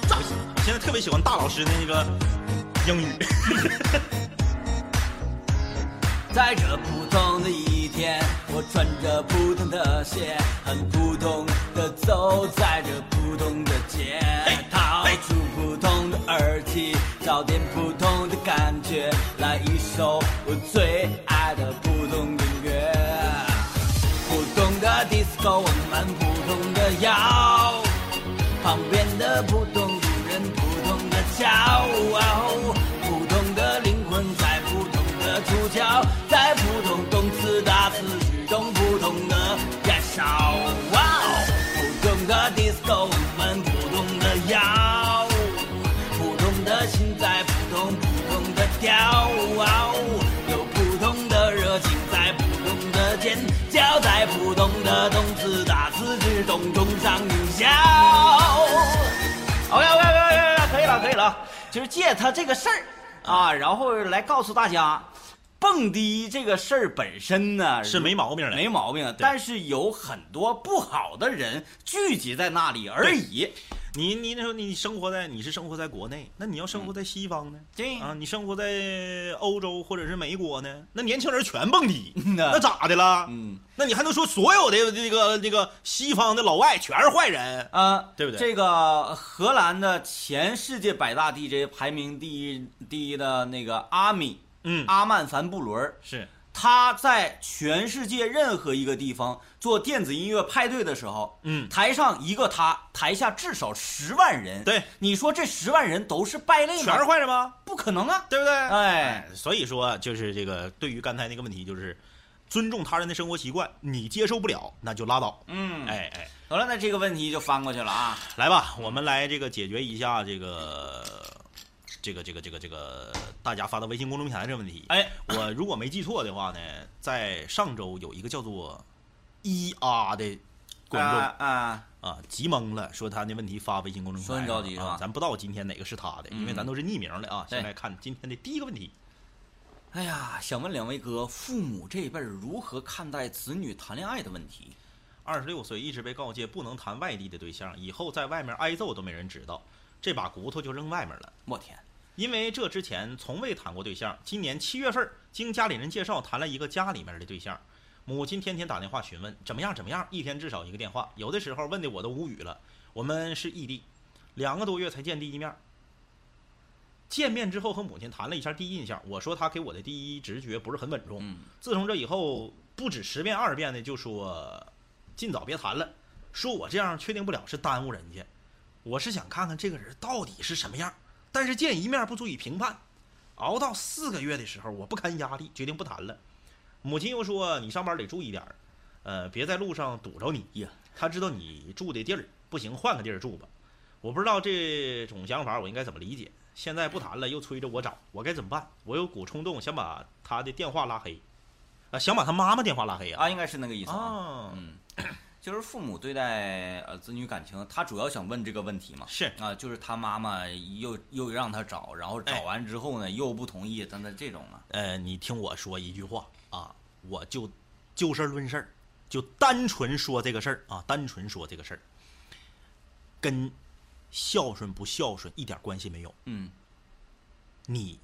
[SPEAKER 1] drop。我现在特别喜欢大老师的那个英语。
[SPEAKER 2] 在这普通的一天，我穿着普通的鞋，很普通的走在这普通的街，掏出普通的耳机，找点普通的感觉，来一首我最爱的普通音乐。普通的 disco，我们普通的摇，旁边的普通主人，普通的骄傲，普通的灵魂在普通的触角，在普通动词大词之中，普通的燃烧。哇哦，普通的 disco，我们普通的摇，普通的心在普通普通的跳，哇哦有普通的热情在普通的尖叫，在普通的动词大词之中，中上云霄。OK OK OK OK，可以了可以了，就是借他这个事儿啊，然后来告诉大家，蹦迪这个事儿本身呢
[SPEAKER 1] 是没毛病的
[SPEAKER 2] 没毛病，但是有很多不好的人聚集在那里而已。
[SPEAKER 1] 你你那时候你生活在你是生活在国内，那你要
[SPEAKER 2] 嗯
[SPEAKER 1] 生活在西方呢？
[SPEAKER 2] 对
[SPEAKER 1] 啊，你生活在欧洲或者是美国呢？那年轻人全蹦迪，
[SPEAKER 2] 嗯呐
[SPEAKER 1] 那咋的了？
[SPEAKER 2] 嗯，
[SPEAKER 1] 那你还能说所有的这个这个西方的老外全是坏人？
[SPEAKER 2] 呃，
[SPEAKER 1] 对不对
[SPEAKER 2] 这个荷兰的前世界百大 DJ 排名第一第一的那个阿米，
[SPEAKER 1] 嗯
[SPEAKER 2] 阿曼·凡布伦儿，
[SPEAKER 1] 是
[SPEAKER 2] 他在全世界任何一个地方做电子音乐派对的时候，
[SPEAKER 1] 嗯
[SPEAKER 2] 台上一个他，台下至少十万人。
[SPEAKER 1] 对，
[SPEAKER 2] 你说这十万人都是败类吗？
[SPEAKER 1] 全是坏人吗？
[SPEAKER 2] 不可能啊！
[SPEAKER 1] 对不对？
[SPEAKER 2] 哎，
[SPEAKER 1] 所以说啊就是这个，对于刚才那个问题，就是尊重他人的生活习惯，你接受不了那就拉倒。
[SPEAKER 2] 嗯，
[SPEAKER 1] 哎哎，
[SPEAKER 2] 好了，那这个问题就翻过去了啊。
[SPEAKER 1] 来吧，我们来这个解决一下这个这个这个这个这个大家发到微信公众平台这个问题。
[SPEAKER 2] 哎，
[SPEAKER 1] 我如果没记错的话呢，在上周有一个叫做伊啊的观众
[SPEAKER 2] 啊啊，
[SPEAKER 1] 啊，急懵了，说他那问题发微信公众号
[SPEAKER 2] 说
[SPEAKER 1] 啊，
[SPEAKER 2] 你着急是吧嗯
[SPEAKER 1] 啊咱不知道今天哪个是他的，因为咱都是匿名的啊。
[SPEAKER 2] 对
[SPEAKER 1] 先来看今天的第一个问题，
[SPEAKER 2] 哎呀，想问两位哥，父母这辈儿如何看待子女谈恋爱的问题？
[SPEAKER 1] 二十六岁一直被告诫不能谈外地的对象，以后在外面挨揍都没人知道，这把骨头就扔外面了。
[SPEAKER 2] 我天，
[SPEAKER 1] 因为这之前从未谈过对象，今年七月份儿经家里人介绍谈了一个家里面的对象，母亲天天打电话询问怎么样怎么样，一天至少一个电话，有的时候问的我都无语了。我们是异地，两个多月才见第一面儿。见面之后和母亲谈了一下第一印象，我说她给我的第一直觉不是很稳重。
[SPEAKER 2] 嗯
[SPEAKER 1] 自从这以后，不止十遍二十遍的就说尽早别谈了，说我这样确定不了是耽误人家。我是想看看这个人到底是什么样，但是见一面不足以评判。熬到四个月的时候，我不堪压力，决定不谈了。母亲又说：“你上班得注意点儿，呃，别在路上堵着你。”
[SPEAKER 2] 呀，
[SPEAKER 1] 他知道你住的地儿，不行换个地儿住吧。我不知道这种想法我应该怎么理解。现在不谈了，又催着我找，我该怎么办？我有股冲动想把他的电话拉黑，啊，想把他妈妈电话拉黑啊。
[SPEAKER 2] 啊，应该是那个意思啊。
[SPEAKER 1] 啊，
[SPEAKER 2] 嗯，就是父母对待呃子女感情，他主要想问这个问题嘛。
[SPEAKER 1] 是
[SPEAKER 2] 啊，就是他妈妈又又让他找，然后
[SPEAKER 1] 哎
[SPEAKER 2] 找完之后呢，又不同意，等等这种啊，
[SPEAKER 1] 呃，你听我说一句话啊，我就就事论事儿，就单纯说这个事儿啊，单纯说这个事儿，跟孝顺不孝顺一点关系没有。
[SPEAKER 2] 嗯，
[SPEAKER 1] 你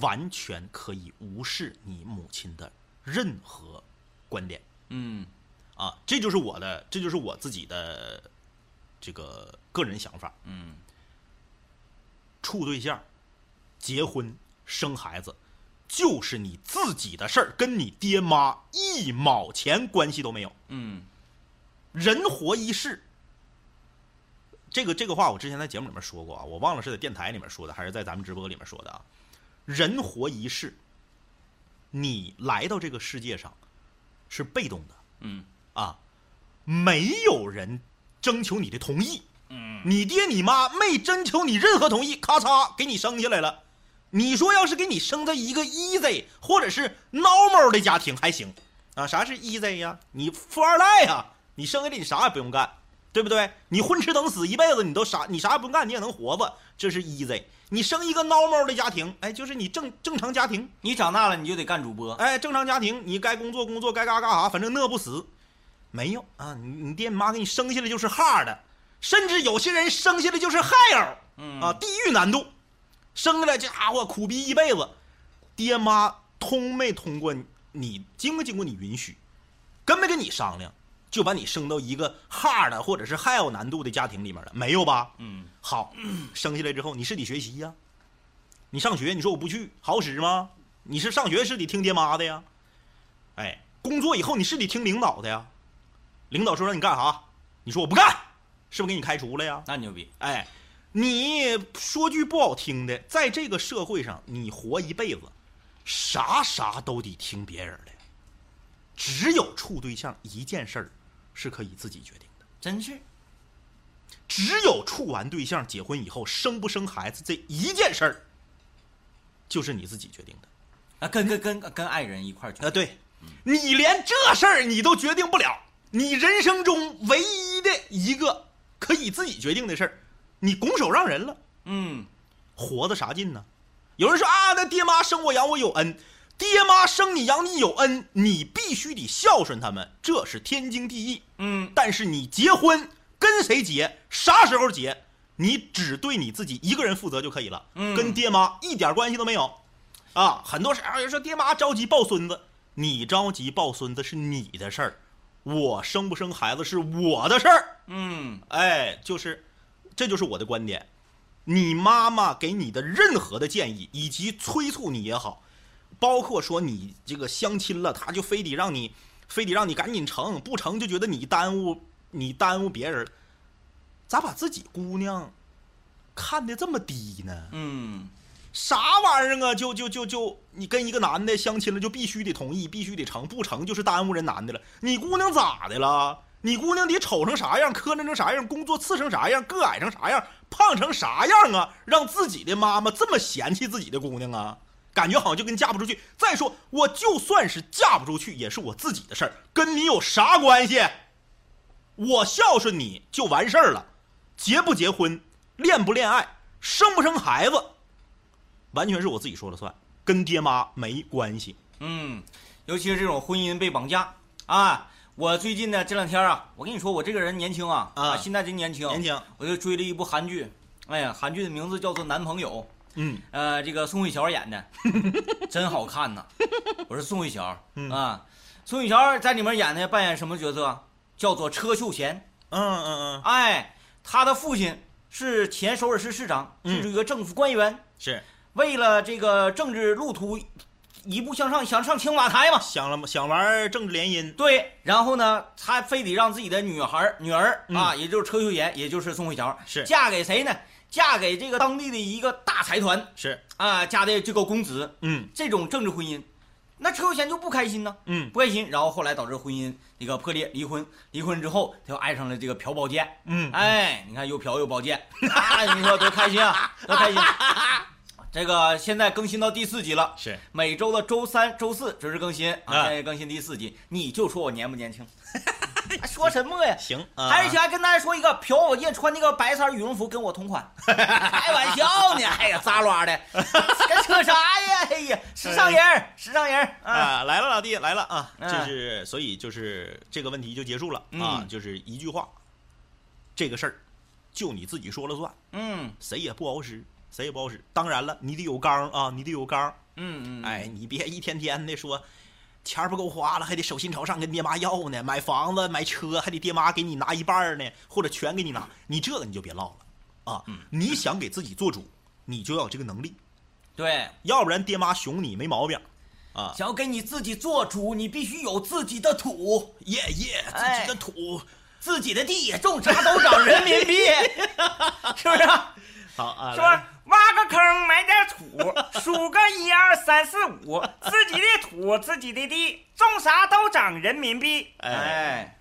[SPEAKER 1] 完全可以无视你母亲的任何观点
[SPEAKER 2] 嗯，
[SPEAKER 1] 啊，这就是我的，这就是我自己的这个个人想法。
[SPEAKER 2] 嗯，
[SPEAKER 1] 处对象、结婚、生孩子，就是你自己的事儿，跟你爹妈一毛钱关系都没有。
[SPEAKER 2] 嗯，
[SPEAKER 1] 人活一世，这个这个话我之前在节目里面说过啊，我忘了是在电台里面说的，还是在咱们直播里面说的啊。人活一世，你来到这个世界上是被动的，
[SPEAKER 2] 嗯，
[SPEAKER 1] 啊，没有人征求你的同意，嗯，你爹你妈没征求你任何同意，咔嚓给你生下来了。你说要是给你生在一个 easy 或者是 normal 的家庭还行啊？啥是 easy 呀、你富二代呀、你生下来你啥也不用干，对不对？你混吃等死一辈子，你都啥你啥也不用干，你也能活吧？这是 easy。你生一个 normal 的家庭，哎，就是你正正常家庭，
[SPEAKER 2] 你长大了你就得干主播，
[SPEAKER 1] 哎，正常家庭你该工作工作，该干啥干啥，反正饿不死。没有啊，你你爹你妈给你生下来就是 hard，甚至有些人生下来就是 hell，
[SPEAKER 2] 嗯
[SPEAKER 1] 啊，地狱难度，生下来这家伙苦逼一辈子，爹妈通没通过你你，经没经过你允许，跟没跟你商量，就把你生到一个 hard 或者是 hell 难度的家庭里面了，没有吧？
[SPEAKER 2] 嗯，
[SPEAKER 1] 好，生下来之后你是得学习呀、你上学你说我不去，好使吗？你是上学是得听爹妈的呀，哎，工作以后你是得听领导的呀，领导说让你干啥，你说我不干，是不是给你开除了呀？
[SPEAKER 2] 那牛逼，
[SPEAKER 1] 哎，你说句不好听的，在这个社会上，你活一辈子，啥啥都得听别人的，只有处对象一件事儿是可以自己决定的。
[SPEAKER 2] 真是，
[SPEAKER 1] 只有处完对象、结婚以后生不生孩子这一件事儿，就是你自己决定的。
[SPEAKER 2] 啊，跟跟跟跟爱人一块儿去
[SPEAKER 1] 啊，，对，你连这事儿你都决定不了，你人生中唯一的一个可以自己决定的事儿，你拱手让人了，
[SPEAKER 2] 嗯，
[SPEAKER 1] 活得啥劲呢？有人说啊，那爹妈生我养我有恩，爹妈生你养你有恩，你必须得孝顺他们，这是天经地义。
[SPEAKER 2] 嗯，
[SPEAKER 1] 但是你结婚跟谁结，啥时候结，你只对你自己一个人负责就可以了，
[SPEAKER 2] 嗯
[SPEAKER 1] 跟爹妈一点关系都没有。啊，很多时候有人说爹妈着急抱孙子，你着急抱孙子是你的事儿，我生不生孩子是我的事儿。
[SPEAKER 2] 嗯，
[SPEAKER 1] 哎，就是，这就是我的观点。你妈妈给你的任何的建议以及催促你也好，包括说你这个相亲了，他就非得让你，非得让你赶紧成，不成就觉得你耽误你耽误别人了，咋把自己姑娘看得这么低呢？
[SPEAKER 2] 嗯，
[SPEAKER 1] 啥玩意儿啊？就就就就你跟一个男的相亲了，就必须得同意，必须得成，不成就是耽误人男的了。你姑娘咋的了？你姑娘得丑成啥样，磕碜成啥样，工作次成啥样，个矮成啥样，胖成啥样啊？让自己的妈妈这么嫌弃自己的姑娘啊？感觉好像就跟嫁不出去。再说，我就算是嫁不出去，也是我自己的事儿，跟你有啥关系？我孝顺你就完事儿了，结不结婚，恋不恋爱，生不生孩子，完全是我自己说了算，跟爹妈没关系。
[SPEAKER 2] 嗯，尤其是这种婚姻被绑架啊！我最近呢，这两天啊，我跟你说，我这个人年轻啊，
[SPEAKER 1] 啊
[SPEAKER 2] 现在真年轻，
[SPEAKER 1] 年轻，
[SPEAKER 2] 我就追了一部韩剧，哎呀，韩剧的名字叫做《男朋友》，
[SPEAKER 1] 嗯，
[SPEAKER 2] 呃，这个宋慧乔演 的，真好看呐、我说宋慧乔、
[SPEAKER 1] 嗯
[SPEAKER 2] 啊，宋慧乔在里面演的扮演什么角色？叫做车秀贤。
[SPEAKER 1] 嗯嗯嗯，
[SPEAKER 2] 哎，他的父亲是前首尔市市长，
[SPEAKER 1] 嗯
[SPEAKER 2] 是一个政府官员。
[SPEAKER 1] 是
[SPEAKER 2] 为了这个政治路途一步向上，想上青瓦台嘛。
[SPEAKER 1] 想了吗？想玩政治联姻？
[SPEAKER 2] 对，然后呢，他非得让自己的女孩儿女儿啊，也就是车秀贤，也就是宋慧乔，
[SPEAKER 1] 嗯是
[SPEAKER 2] 嫁给谁呢？嫁给这个当地的一个大财团
[SPEAKER 1] 是，
[SPEAKER 2] 啊，嫁的这个公子。
[SPEAKER 1] 嗯
[SPEAKER 2] 这种政治婚姻，那车秀贤就不开心呢，
[SPEAKER 1] 嗯
[SPEAKER 2] 不开心。然后后来导致婚姻那个破裂，离婚。离婚之后，他又爱上了这个朴宝剑。
[SPEAKER 1] 嗯，
[SPEAKER 2] 哎，你看又嫖又保健， 啊，你说多开心啊，多开心！这个现在更新到第四集了，
[SPEAKER 1] 是
[SPEAKER 2] 每周的周三、周四准时更新啊，
[SPEAKER 1] 啊
[SPEAKER 2] 现在更新第四集。你就说我年不年 轻？还说什么呀？
[SPEAKER 1] 行，啊
[SPEAKER 2] 而且还跟大家说一个，朴宝剑穿那个白色羽绒服跟我同 款，开玩笑呢！哎呀，扎拉 的，这扯啥呀？哎呀，时尚人儿，时尚人儿啊！
[SPEAKER 1] 啊，来了，老弟来了啊！
[SPEAKER 2] 嗯
[SPEAKER 1] 就是，所以就是这个问题就结束了啊
[SPEAKER 2] 嗯，
[SPEAKER 1] 就是一句话，这个事儿就你自己说了算，
[SPEAKER 2] 嗯
[SPEAKER 1] 谁也不好使，谁也不好使。当然了，你得有刚啊，你得有刚。
[SPEAKER 2] 嗯嗯，
[SPEAKER 1] 哎，你别一天天的说钱儿不够花了，还得手心朝上跟爹妈要呢，买房子买车还得爹妈给你拿一半儿呢，或者全给你拿，你这个你就别唠了啊！
[SPEAKER 2] 嗯
[SPEAKER 1] 你想给自己做主，你就要有这个能力，
[SPEAKER 2] 对，
[SPEAKER 1] 要不然爹妈熊你没毛病啊！
[SPEAKER 2] 想要给你自己做主，你必须有自己的土。
[SPEAKER 1] 耶耶，自
[SPEAKER 2] 哎
[SPEAKER 1] 己的土。
[SPEAKER 2] 自己的地也种，啥都长人民 币，是不是？
[SPEAKER 1] 好啊，
[SPEAKER 2] 是吧？挖个坑，埋点 土，数个一二三四五，自己的土，自己的地，种啥都长人民币。哎
[SPEAKER 1] 哎，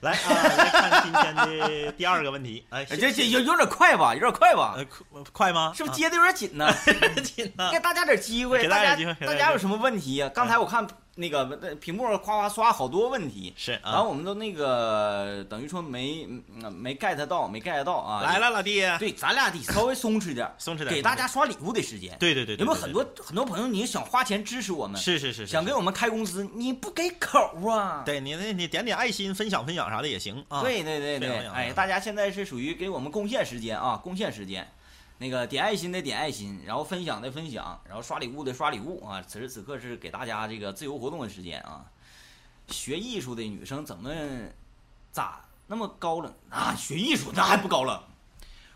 [SPEAKER 1] 来来啊，来看今天 的第二个问题。哎，
[SPEAKER 2] 这这有有点快吧，有点快吧
[SPEAKER 1] 呃，快快吗？啊
[SPEAKER 2] 是不是接的有点紧呢？
[SPEAKER 1] 接紧呢？
[SPEAKER 2] 给大家点机会，
[SPEAKER 1] 给大
[SPEAKER 2] 大
[SPEAKER 1] 家
[SPEAKER 2] 家
[SPEAKER 1] 点机会给大啊
[SPEAKER 2] 大
[SPEAKER 1] 家
[SPEAKER 2] 家有什么问题呀？啊刚才我看那个呃屏幕上夸夸刷好多问题，
[SPEAKER 1] 是
[SPEAKER 2] 然后
[SPEAKER 1] 啊，
[SPEAKER 2] 我们都那个等于说没嗯没 get 到，没 get 到啊。
[SPEAKER 1] 来了，老弟。
[SPEAKER 2] 对，咱俩得稍微松弛点儿，
[SPEAKER 1] 松弛点儿
[SPEAKER 2] 给大家刷礼物的时间。
[SPEAKER 1] 对对对对，
[SPEAKER 2] 有没有
[SPEAKER 1] 对
[SPEAKER 2] 很
[SPEAKER 1] 对
[SPEAKER 2] 多很多朋友你想花钱支持我们，
[SPEAKER 1] 是是是是
[SPEAKER 2] 想给我们开工资，你不给口啊？
[SPEAKER 1] 对你那，你点点爱心，分享分享啥的也行啊。
[SPEAKER 2] 对对对
[SPEAKER 1] 非常
[SPEAKER 2] 对，
[SPEAKER 1] 非常
[SPEAKER 2] 哎，大家现在是属于给我们贡献时间啊，贡献时间。那个点爱心的点爱心，然后分享的分享，然后刷礼物的刷礼物啊！此时此刻是给大家这个自由活动的时间啊。学艺术的女生怎么咋那么高冷啊？学艺术那还不高冷？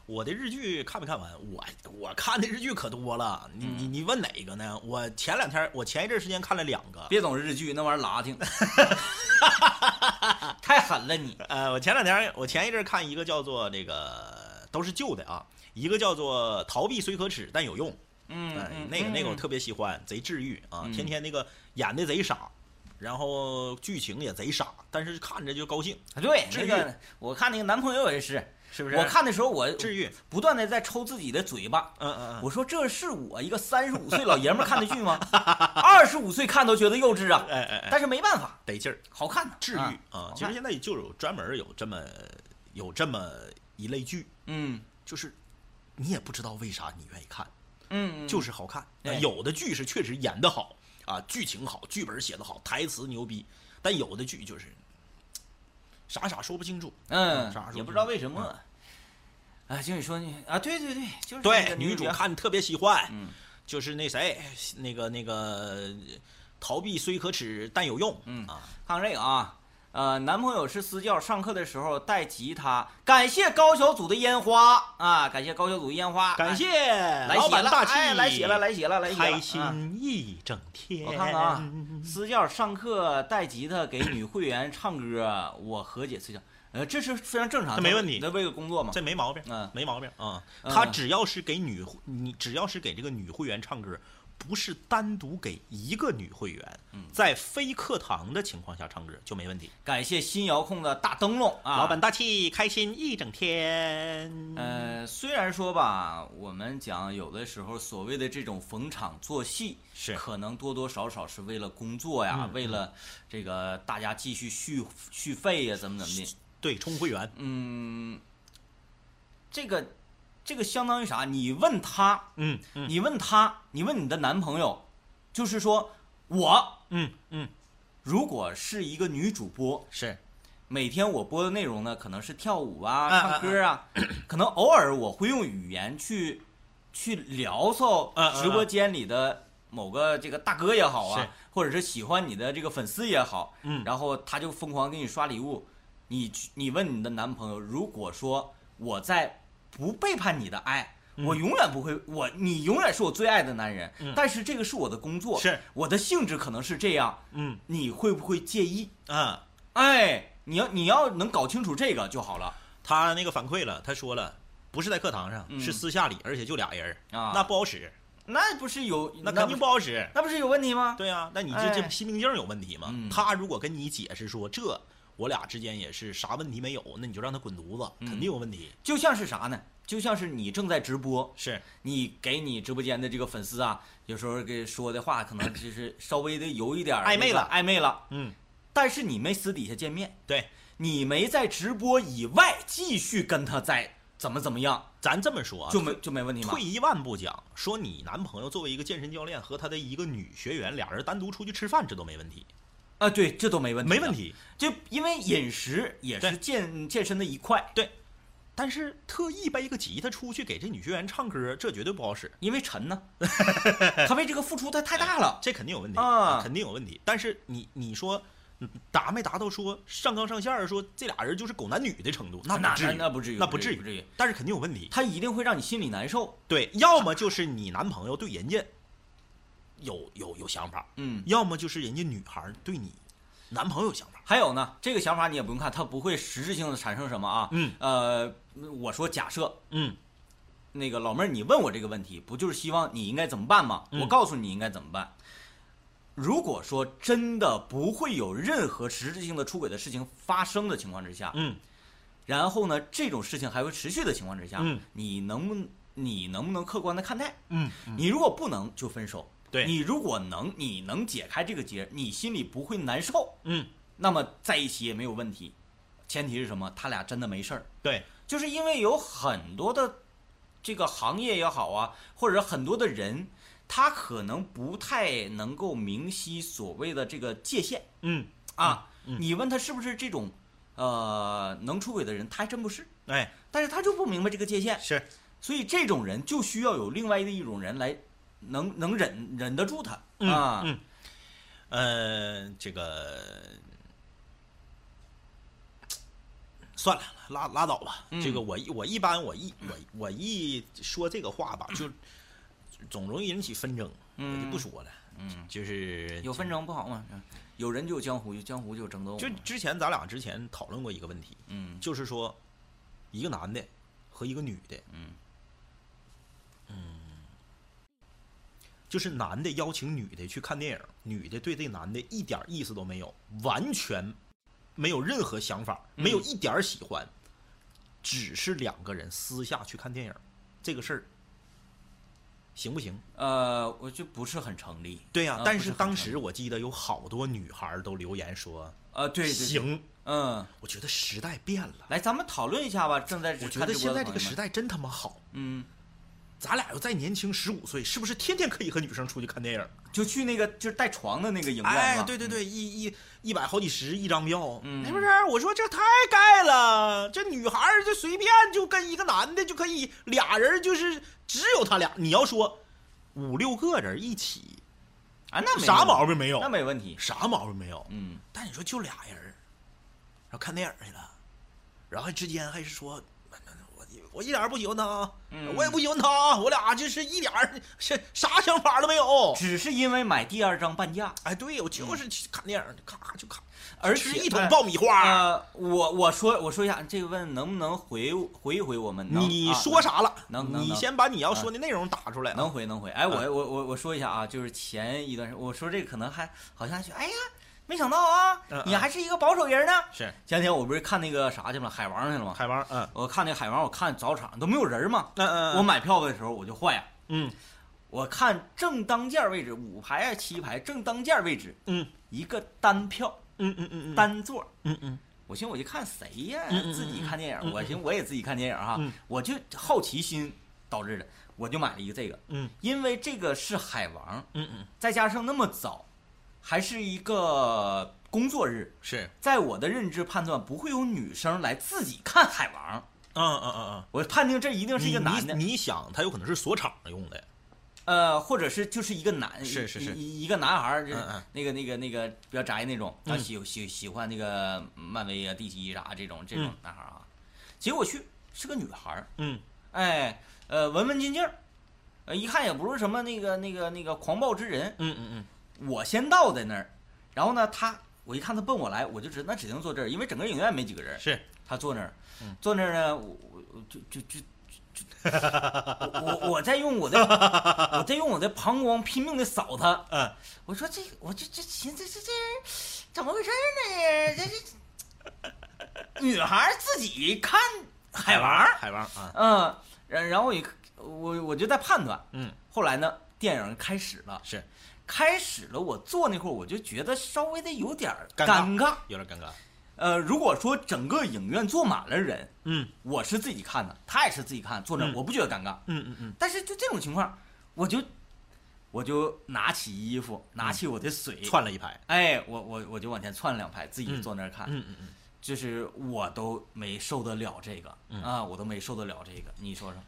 [SPEAKER 1] 我的日剧看没看完？我我看的日剧可多了，你你
[SPEAKER 2] 嗯
[SPEAKER 1] 你问哪个呢？我前两天，我前一阵时间看了两个，
[SPEAKER 2] 别总是日剧，那玩意 儿拉挺，太狠了你。
[SPEAKER 1] 呃，我前两天我前一阵看一个叫做这个都是旧的啊，一个叫做逃避虽可耻但有用，
[SPEAKER 2] 嗯
[SPEAKER 1] 哎，
[SPEAKER 2] 嗯
[SPEAKER 1] 那个那个我
[SPEAKER 2] 嗯
[SPEAKER 1] 特别喜欢，贼治愈啊，
[SPEAKER 2] 嗯
[SPEAKER 1] 天天那个演的贼傻，然后剧情也贼傻，但是看着就高兴，
[SPEAKER 2] 啊对
[SPEAKER 1] 治
[SPEAKER 2] 那
[SPEAKER 1] 愈
[SPEAKER 2] 个我看那个男朋友也是，
[SPEAKER 1] 是不是？
[SPEAKER 2] 我看的时候我
[SPEAKER 1] 治愈，
[SPEAKER 2] 不断的在抽自己的嘴巴。
[SPEAKER 1] 嗯嗯嗯，
[SPEAKER 2] 我说这是我一个三十五岁老爷们儿看的剧吗？ 二十五岁看都觉得幼稚啊，
[SPEAKER 1] 哎哎哎，
[SPEAKER 2] 但是没办法，
[SPEAKER 1] 得劲儿。
[SPEAKER 2] 好看呐，
[SPEAKER 1] 治愈
[SPEAKER 2] 啊
[SPEAKER 1] 啊
[SPEAKER 2] 好。
[SPEAKER 1] 其实
[SPEAKER 2] 看
[SPEAKER 1] 现在就有专门有这么有这么一类剧，
[SPEAKER 2] 嗯
[SPEAKER 1] 就是你也不知道为啥你愿意看，
[SPEAKER 2] 嗯，嗯
[SPEAKER 1] 就是好看。
[SPEAKER 2] 哎
[SPEAKER 1] 有的剧是确实演的好啊，剧情好，剧本写的好，台词牛逼，但有的剧就是啥啥说不清楚。
[SPEAKER 2] 嗯
[SPEAKER 1] 啥时候，嗯
[SPEAKER 2] 也不知道为什么。啊，经理说你啊，对对对，就是那
[SPEAKER 1] 对
[SPEAKER 2] 个，
[SPEAKER 1] 哎女主
[SPEAKER 2] 角
[SPEAKER 1] 看特别喜欢，
[SPEAKER 2] 嗯
[SPEAKER 1] 就是那谁，那个那个。逃避虽可耻，但有用。
[SPEAKER 2] 嗯
[SPEAKER 1] 啊，
[SPEAKER 2] 看看这个啊，呃，男朋友是私教，上课的时候带吉他。感谢高小组的烟花啊！感谢高小组的烟花，
[SPEAKER 1] 感谢
[SPEAKER 2] 哎来
[SPEAKER 1] 老
[SPEAKER 2] 写
[SPEAKER 1] 板
[SPEAKER 2] 了，
[SPEAKER 1] 大气，
[SPEAKER 2] 哎，来写了，来写了，来写了，
[SPEAKER 1] 开
[SPEAKER 2] 啊
[SPEAKER 1] 心一整天。
[SPEAKER 2] 我看看啊，私教上课带吉他给女会员唱歌， 我和解私教，呃，这是非常正常的，
[SPEAKER 1] 这没问题
[SPEAKER 2] 那为了工作嘛。
[SPEAKER 1] 这没毛病，
[SPEAKER 2] 嗯
[SPEAKER 1] 没毛病啊。
[SPEAKER 2] 嗯
[SPEAKER 1] 他只要是给女会，你只要是给这个女会员唱歌，不是单独给一个女会员，
[SPEAKER 2] 嗯
[SPEAKER 1] 在非课堂的情况下唱歌就没问题。
[SPEAKER 2] 感谢新遥控的大灯笼啊，
[SPEAKER 1] 老板。大气，开心一整天。
[SPEAKER 2] 呃，虽然说吧，我们讲有的时候所谓的这种逢场作戏，
[SPEAKER 1] 是嗯
[SPEAKER 2] 可能多多少少是为了工作呀，为了这个大家继续续续费呀，怎么怎么的。
[SPEAKER 1] 对，充会员，
[SPEAKER 2] 嗯，这个这个相当于啥？你问他，
[SPEAKER 1] 嗯嗯
[SPEAKER 2] 你问他，你问你的男朋友，就是说我
[SPEAKER 1] 嗯嗯，
[SPEAKER 2] 如果是一个女主播，
[SPEAKER 1] 是
[SPEAKER 2] 每天我播的内容呢，可能是跳舞啊、
[SPEAKER 1] 嗯
[SPEAKER 2] 唱歌啊，可能偶尔我会用语言去去聊骚
[SPEAKER 1] 嗯嗯
[SPEAKER 2] 直播间里的某个这个大哥也好
[SPEAKER 1] 是
[SPEAKER 2] 啊，或者是喜欢你的这个粉丝也好，
[SPEAKER 1] 嗯
[SPEAKER 2] 然后他就疯狂给你刷礼物，你你问你的男朋友，如果说我在不背叛你的爱。我永远不会，我你永远是我最爱的男人，但是这个是我的工作，
[SPEAKER 1] 是
[SPEAKER 2] 我的性质可能是这样，
[SPEAKER 1] 嗯
[SPEAKER 2] 你会不会介意？
[SPEAKER 1] 啊。
[SPEAKER 2] 哎，你要你要能搞清楚这个就好了。
[SPEAKER 1] 他那个反馈了，他说了，不是在课堂上，
[SPEAKER 2] 嗯
[SPEAKER 1] 是私下里，而且就俩人儿
[SPEAKER 2] 啊
[SPEAKER 1] 那不好使，
[SPEAKER 2] 那不是有
[SPEAKER 1] 那肯定不
[SPEAKER 2] 不
[SPEAKER 1] 好使。
[SPEAKER 2] 那不是有问题吗？
[SPEAKER 1] 对呀、那你这
[SPEAKER 2] 哎
[SPEAKER 1] 这心明镜有问题吗
[SPEAKER 2] 嗯？
[SPEAKER 1] 他如果跟你解释说这我俩之间也是啥问题没有，那你就让他滚犊子，肯定有问题。
[SPEAKER 2] 就像是啥呢？就像是你正在直播，
[SPEAKER 1] 是
[SPEAKER 2] 你给你直播间的这个粉丝啊，有时候给说的话可能就是稍微的有一点儿
[SPEAKER 1] 暧昧了
[SPEAKER 2] 那个暧昧了。
[SPEAKER 1] 嗯，
[SPEAKER 2] 但是你没私底下见面，
[SPEAKER 1] 对，
[SPEAKER 2] 你没在直播以外继续跟他在怎么怎么样，
[SPEAKER 1] 咱这么说啊，
[SPEAKER 2] 就没就没问题吗
[SPEAKER 1] 退？一万步讲，说你男朋友作为一个健身教练和他的一个女学员，俩人单独出去吃饭，这都没问题，
[SPEAKER 2] 啊，对，这都没问题，
[SPEAKER 1] 没问。题。
[SPEAKER 2] 就因为饮食也是
[SPEAKER 1] 对
[SPEAKER 2] 健健身的一块，
[SPEAKER 1] 对，但是特意背个吉他出去给这女学员唱歌，这绝对不好使，
[SPEAKER 2] 因为沉呢， 他为这个付出他太大了。
[SPEAKER 1] 这肯定有问题
[SPEAKER 2] 啊
[SPEAKER 1] 肯定有问题。但是你你说。嗯达没达到说上纲上线儿说这俩人就是狗男女的程 度，那
[SPEAKER 2] 那
[SPEAKER 1] 不至于，
[SPEAKER 2] 那不至于
[SPEAKER 1] 那
[SPEAKER 2] 不至于
[SPEAKER 1] 至
[SPEAKER 2] 不至于
[SPEAKER 1] 但是肯定有问题。
[SPEAKER 2] 他一定会让你心里难受。
[SPEAKER 1] 对，要么就是你男朋友对人家有有有想法，
[SPEAKER 2] 嗯，
[SPEAKER 1] 要么就是人家女孩儿对你男朋友有想法。
[SPEAKER 2] 还有呢，这个想法你也不用看，它不会实质性的产生什么啊。
[SPEAKER 1] 嗯，
[SPEAKER 2] 呃，我说假设
[SPEAKER 1] 嗯，
[SPEAKER 2] 那个老妹儿，你问我这个问题，不就是希望你应该怎么办吗？
[SPEAKER 1] 嗯
[SPEAKER 2] 我告诉你应该怎么办。如果说真的不会有任何实质性的出轨的事情发生的情况之下，
[SPEAKER 1] 嗯，
[SPEAKER 2] 然后呢，这种事情还会持续的情况之下，
[SPEAKER 1] 嗯
[SPEAKER 2] 你能不你能不能客观的看待？
[SPEAKER 1] 嗯，
[SPEAKER 2] 你如果不能就分手，
[SPEAKER 1] 对
[SPEAKER 2] 你如果能，你能解开这个结，你心里不会难受，
[SPEAKER 1] 嗯，
[SPEAKER 2] 那么在一起也没有问题。前提是什么？他俩真的没事儿，
[SPEAKER 1] 对，
[SPEAKER 2] 就是因为有很多的这个行业也好啊，或者很多的人，他可能不太能够明晰所谓的这个界限
[SPEAKER 1] 嗯，
[SPEAKER 2] 啊。你问他是不是这种呃能出轨的人，他还真不是，
[SPEAKER 1] 哎，
[SPEAKER 2] 但是他就不明白这个界限，
[SPEAKER 1] 是
[SPEAKER 2] 所以这种人就需要有另外的一种人来能能忍忍得住他啊。
[SPEAKER 1] 嗯呃，这个算了，拉拉倒吧。
[SPEAKER 2] 嗯
[SPEAKER 1] 这个我一我一般我一我我一说这个话吧，就总容易引起纷争，我就不说了。嗯，就是
[SPEAKER 2] 有纷争不好吗？嗯有人就有江湖，有江湖就有争斗嘛。
[SPEAKER 1] 就之前咱俩之前讨论过一个问题，
[SPEAKER 2] 嗯，
[SPEAKER 1] 就是说一个男的和一个女的，嗯，就是男的邀请女的去看电影，女的对这男的一点意思都没有，完全没有任何想法，没有
[SPEAKER 2] 嗯
[SPEAKER 1] 一点儿喜欢，只是两个人私下去看电影，这个事儿行不行？
[SPEAKER 2] 呃，我就不是很成立。
[SPEAKER 1] 对呀、
[SPEAKER 2] 啊
[SPEAKER 1] 但
[SPEAKER 2] 不是
[SPEAKER 1] 是
[SPEAKER 2] 很
[SPEAKER 1] 当
[SPEAKER 2] 成
[SPEAKER 1] 时我记得有好多女孩儿都留言说
[SPEAKER 2] 呃，对对，对，
[SPEAKER 1] 行，
[SPEAKER 2] 嗯，
[SPEAKER 1] 我觉得时代变了。
[SPEAKER 2] 来，咱们讨论一下吧。正在
[SPEAKER 1] 我
[SPEAKER 2] 我
[SPEAKER 1] 觉得现在这个时代
[SPEAKER 2] 代，
[SPEAKER 1] 真他妈好，
[SPEAKER 2] 嗯，
[SPEAKER 1] 咱俩要再年轻十五岁，是不是天天可以和女生出去看电影？
[SPEAKER 2] 就去那个就是带床的那个影院
[SPEAKER 1] 哎
[SPEAKER 2] 嘛，
[SPEAKER 1] 对对对，一一一百好几十一张票，
[SPEAKER 2] 嗯
[SPEAKER 1] 是不是？我说这太盖了，这女孩儿就随便就跟一个男的就可以，俩人就是只有他俩。你要说五六个人一起，
[SPEAKER 2] 啊，那没
[SPEAKER 1] 啥
[SPEAKER 2] 问题
[SPEAKER 1] 毛病没有
[SPEAKER 2] 那没问题。
[SPEAKER 1] 啥毛病没有，
[SPEAKER 2] 嗯，
[SPEAKER 1] 但你说就俩人儿，然后看电影去了，然后还之间还是说，我我一点儿不喜欢他啊，
[SPEAKER 2] 嗯
[SPEAKER 1] 我也不喜欢他啊，我俩就是一点儿 是啥想法都没有。
[SPEAKER 2] 只是因为买第二张半价，
[SPEAKER 1] 哎，对，我就是去看电影，咔就看，
[SPEAKER 2] 嗯而
[SPEAKER 1] 吃
[SPEAKER 2] 且
[SPEAKER 1] 一桶爆米花。
[SPEAKER 2] 呃，我我说我说一下这个问能不能回回一回我们？能
[SPEAKER 1] 你
[SPEAKER 2] 啊
[SPEAKER 1] 说啥了？
[SPEAKER 2] 能能
[SPEAKER 1] 你
[SPEAKER 2] 能
[SPEAKER 1] 先把你要说的内容打出来啊。
[SPEAKER 2] 能回能回。哎，我我我我说一下啊，就是前一段时间，我说这个可能还好像是，哎呀，没想到啊
[SPEAKER 1] 嗯，
[SPEAKER 2] 你还是一个保守人呢。
[SPEAKER 1] 是
[SPEAKER 2] 前两天我不是看那个啥去了，海王去了吗？
[SPEAKER 1] 海王，嗯
[SPEAKER 2] 我看那个海王，我看早场都没有人嘛。
[SPEAKER 1] 嗯嗯，
[SPEAKER 2] 我买票的时候我就坏呀、
[SPEAKER 1] 嗯
[SPEAKER 2] 我看正当间位置五排啊七排正当间位置
[SPEAKER 1] 嗯
[SPEAKER 2] 一个单票
[SPEAKER 1] 嗯嗯嗯嗯，
[SPEAKER 2] 单座，
[SPEAKER 1] 嗯嗯
[SPEAKER 2] 我寻思我就看谁呀、
[SPEAKER 1] 嗯嗯嗯
[SPEAKER 2] 自己看电影，
[SPEAKER 1] 嗯嗯
[SPEAKER 2] 我寻思我也自己看电影哈，
[SPEAKER 1] 嗯
[SPEAKER 2] 我就好奇心导致的，我就买了一个这个，
[SPEAKER 1] 嗯
[SPEAKER 2] 因为这个是海王，
[SPEAKER 1] 嗯嗯，
[SPEAKER 2] 再加上那么早，还是一个工作日，
[SPEAKER 1] 是，
[SPEAKER 2] 在我的认知判断，不会有女生来自己看海王，
[SPEAKER 1] 嗯嗯嗯嗯，
[SPEAKER 2] 我判定这一定是一个男的，
[SPEAKER 1] 你你想，他有可能是锁场用的，
[SPEAKER 2] 呃，或者是就是一个男，
[SPEAKER 1] 是是是
[SPEAKER 2] 一一个男孩儿，就是
[SPEAKER 1] 嗯嗯
[SPEAKER 2] 那个那个那个比较宅那种，
[SPEAKER 1] 嗯
[SPEAKER 2] 他喜喜喜欢那个漫威啊、DC 啥这种这种
[SPEAKER 1] 嗯
[SPEAKER 2] 男孩儿啊，结果去是个女孩儿，
[SPEAKER 1] 嗯
[SPEAKER 2] 哎，呃，文文静静儿，呃，一看也不是什么那个那个那个狂暴之人，
[SPEAKER 1] 嗯嗯
[SPEAKER 2] 我先到在那儿，然后呢，他我一看他奔我来，我就知那只能坐这儿，因为整个影院没几个人
[SPEAKER 1] 嗯，，是，
[SPEAKER 2] 他坐那儿
[SPEAKER 1] 嗯，
[SPEAKER 2] 坐那儿呢，我我我就就就就就，我我我在用我的我在用我的膀胱拼命的扫他，
[SPEAKER 1] 嗯
[SPEAKER 2] 我说这我这这寻思这这人怎么回事儿呢？这这女孩儿自己看海王儿，
[SPEAKER 1] 海王啊，
[SPEAKER 2] 嗯，然然后我一我我就在判断，
[SPEAKER 1] 嗯
[SPEAKER 2] 后来呢，电影开始了。
[SPEAKER 1] 是，
[SPEAKER 2] 开始了，我坐那会儿我就觉得稍微的有点儿
[SPEAKER 1] 尴
[SPEAKER 2] 尴
[SPEAKER 1] 尬
[SPEAKER 2] 尬。
[SPEAKER 1] 有点尴尬，
[SPEAKER 2] 呃，如果说整个影院坐满了人，
[SPEAKER 1] 嗯
[SPEAKER 2] 我是自己看的，他也是自己看，坐那儿
[SPEAKER 1] 嗯
[SPEAKER 2] 我不觉得尴尬。
[SPEAKER 1] 嗯嗯嗯，
[SPEAKER 2] 但是就这种情况，我就我就拿起衣服，拿起我的水，
[SPEAKER 1] 嗯窜了一排，
[SPEAKER 2] 哎，我我我就往前窜了两排，自己
[SPEAKER 1] 嗯
[SPEAKER 2] 坐那儿看，
[SPEAKER 1] 嗯嗯嗯，
[SPEAKER 2] 就是我都没受得了这个、
[SPEAKER 1] 嗯
[SPEAKER 2] 啊，我都没受得了这个，你说说，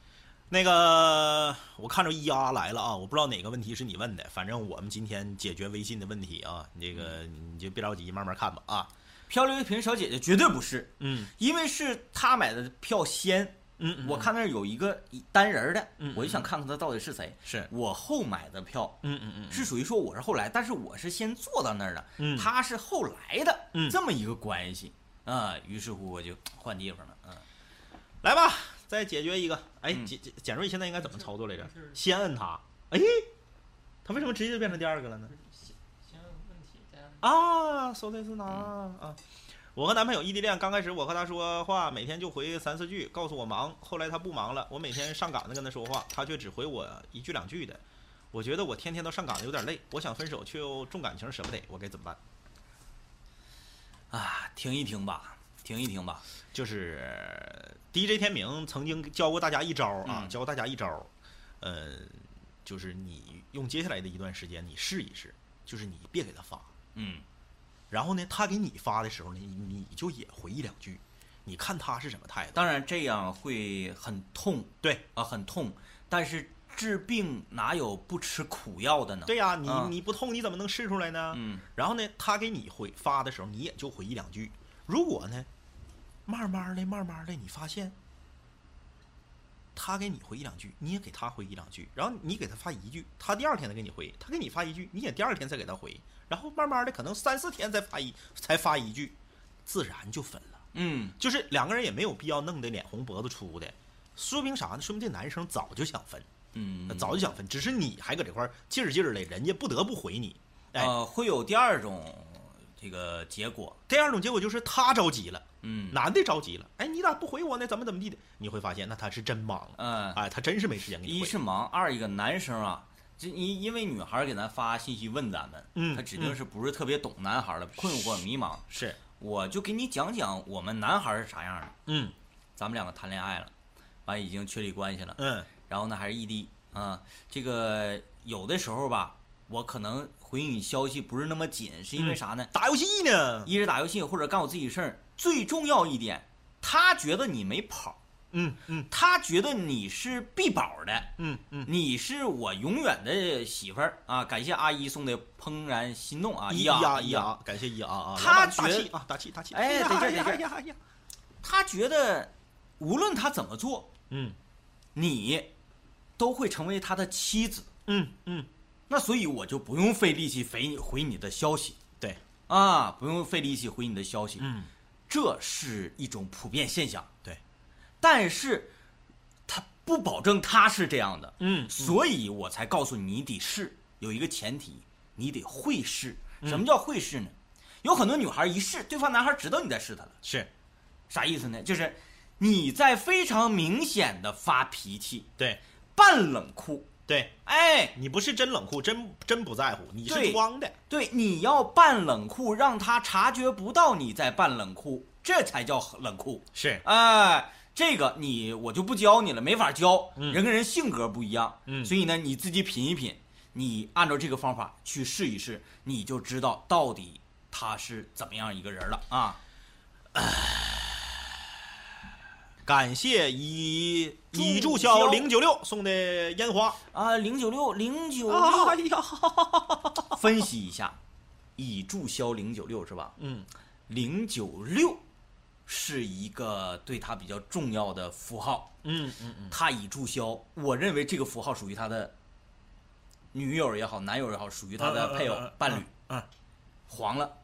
[SPEAKER 1] 那个我看着咿呀来了啊，我不知道哪个问题是你问的，反正我们今天解决微信的问题啊，你这个你就别着急，慢慢看吧啊，
[SPEAKER 2] 漂流一瓶小姐姐绝对不是，
[SPEAKER 1] 嗯
[SPEAKER 2] 因为是她买的票先。
[SPEAKER 1] 嗯
[SPEAKER 2] 我看那儿有一个一单人儿的，
[SPEAKER 1] 嗯
[SPEAKER 2] 我就想看看他到底是谁。
[SPEAKER 1] 是，
[SPEAKER 2] 我后买的票
[SPEAKER 1] 嗯嗯嗯
[SPEAKER 2] 是属于说我是后来，但是我是先坐到那儿的，
[SPEAKER 1] 嗯
[SPEAKER 2] 他是后来的，
[SPEAKER 1] 嗯
[SPEAKER 2] 这么一个关系啊、于是乎我就换地方了，嗯，
[SPEAKER 1] 来吧，再解决一个。哎，
[SPEAKER 2] 嗯
[SPEAKER 1] 简简简瑞现在应该怎么操作来着？先摁它。哎，他为什么直接就变成第二个了呢？
[SPEAKER 4] 先问问题，再让
[SPEAKER 1] 啊，搜雷斯拿啊！我和男朋友异地恋，刚开始我和他说话，每天就回三四句，告诉我忙。后来他不忙了，我每天上赶子跟他说话，他却只回我一句两句的。我觉得我天天都上赶子有点累，我想分手却又重感情舍不得，我该怎么办？
[SPEAKER 2] 啊，停一停吧，停一停吧，
[SPEAKER 1] 就是 DJ 天明曾经教过大家一招儿啊，
[SPEAKER 2] 嗯
[SPEAKER 1] 教过大家一招儿，呃，就是你用接下来的一段时间，你试一试，就是你别给他发，
[SPEAKER 2] 嗯
[SPEAKER 1] 然后呢，他给你发的时候呢，你你就也回一两句，你看他是什么态度。
[SPEAKER 2] 当然这样会很痛
[SPEAKER 1] 对
[SPEAKER 2] 啊，很痛，但是治病哪有不吃苦药的呢？
[SPEAKER 1] 对呀、你、
[SPEAKER 2] 啊
[SPEAKER 1] 你不痛你怎么能试出来呢？
[SPEAKER 2] 嗯
[SPEAKER 1] 然后呢，他给你回发的时候，你也就回一两句。如果呢，慢慢的、慢慢的，你发现他给你回一两句，你也给他回一两句，然后你给他发一句，他第二天再给你回，他给你发一句，你也第二天再给他回，然后慢慢的，可能三四天再发一才发一句，自然就分了。
[SPEAKER 2] 嗯，
[SPEAKER 1] 就是两个人也没有必要弄得脸红脖子粗的，说明啥呢？说明这男生早就想分，
[SPEAKER 2] 嗯，
[SPEAKER 1] 早就想分，只是你还搁这块儿劲儿劲儿的，人家不得不回你。哎，
[SPEAKER 2] 呃，会有第二种这个结果，
[SPEAKER 1] 第二种结果就是他着急了，
[SPEAKER 2] 嗯，
[SPEAKER 1] 男的着急了，哎，你咋不回我呢？怎么怎么地的？你会发现，那他是真忙，
[SPEAKER 2] 嗯。
[SPEAKER 1] 哎，他真是没时间给你
[SPEAKER 2] 一
[SPEAKER 1] 回。
[SPEAKER 2] 是忙，二一个男生啊，这因因为女孩儿给咱发信息问咱们，
[SPEAKER 1] 嗯
[SPEAKER 2] 他指定是不是特别懂男孩儿的困惑迷茫。
[SPEAKER 1] 是，
[SPEAKER 2] 我就给你讲讲我们男孩儿是啥样的。
[SPEAKER 1] 嗯
[SPEAKER 2] 咱们两个谈恋爱了，完已经确立关系了，
[SPEAKER 1] 嗯
[SPEAKER 2] 然后呢还是异地啊、这个有的时候吧，我可能回你消息不是那么紧，是因为
[SPEAKER 1] 嗯
[SPEAKER 2] 啥呢？
[SPEAKER 1] 打游戏呢？
[SPEAKER 2] 一是打游戏或者干我自己事儿，最重要一点，他觉得你没跑，
[SPEAKER 1] 嗯嗯
[SPEAKER 2] 他觉得你是必保的，
[SPEAKER 1] 嗯嗯，
[SPEAKER 2] 你是我永远的媳妇儿啊！感谢阿姨送的怦然心动啊！
[SPEAKER 1] 一
[SPEAKER 2] 呀
[SPEAKER 1] 呀
[SPEAKER 2] 咿
[SPEAKER 1] 一
[SPEAKER 2] 呀！
[SPEAKER 1] 呀，感谢一呀啊啊！
[SPEAKER 2] 他
[SPEAKER 1] 老板打
[SPEAKER 2] 觉得
[SPEAKER 1] 气啊，打气打气，
[SPEAKER 2] 哎
[SPEAKER 1] 呀
[SPEAKER 2] 对对
[SPEAKER 1] 呀
[SPEAKER 2] 对对
[SPEAKER 1] 呀呀呀，
[SPEAKER 2] 他觉得无论他怎么做，
[SPEAKER 1] 嗯
[SPEAKER 2] 你都会成为他的妻子。
[SPEAKER 1] 嗯嗯，
[SPEAKER 2] 那所以我就不用费力气回你回你的消息
[SPEAKER 1] 对，
[SPEAKER 2] 啊，不用费力气回你的消息。
[SPEAKER 1] 嗯
[SPEAKER 2] 这是一种普遍现象，
[SPEAKER 1] 对，
[SPEAKER 2] 但是他不保证他是这样的，
[SPEAKER 1] 嗯
[SPEAKER 2] 所以我才告诉你，你得试，有一个前提，你得会试。什么叫会试呢？有很多女孩一试，对方男孩知道你在试她了，
[SPEAKER 1] 是
[SPEAKER 2] 啥意思呢？就是你在非常明显的发脾气，
[SPEAKER 1] 对
[SPEAKER 2] 半冷酷，
[SPEAKER 1] 对，
[SPEAKER 2] 哎，
[SPEAKER 1] 你不是真冷酷，真真不在乎，你是
[SPEAKER 2] 对
[SPEAKER 1] 装的，
[SPEAKER 2] 对，你要半冷酷，让他察觉不到你在半冷酷，这才叫冷酷。
[SPEAKER 1] 是
[SPEAKER 2] 哎，这个你我就不教你了，没法教，
[SPEAKER 1] 嗯
[SPEAKER 2] 人跟人性格不一样，
[SPEAKER 1] 嗯
[SPEAKER 2] 所以呢，你自己品一品，你按照这个方法去试一试，你就知道到底他是怎么样一个人了啊！
[SPEAKER 1] 感谢一一注
[SPEAKER 2] 注
[SPEAKER 1] 销
[SPEAKER 2] 销
[SPEAKER 1] 零九六送的烟花。
[SPEAKER 2] 啊，零九六零九
[SPEAKER 1] 哎
[SPEAKER 2] 六，
[SPEAKER 1] 呀，
[SPEAKER 2] 分析一下，已注销零九六是吧？
[SPEAKER 1] 嗯，
[SPEAKER 2] 零九六是一个对他比较重要的符号，
[SPEAKER 1] 嗯嗯嗯，
[SPEAKER 2] 他已注销，我认为这个符号属于他的女友也好，男友也好，属于他
[SPEAKER 1] 啊
[SPEAKER 2] 的配偶、伴侣，
[SPEAKER 1] 嗯，
[SPEAKER 2] 黄了，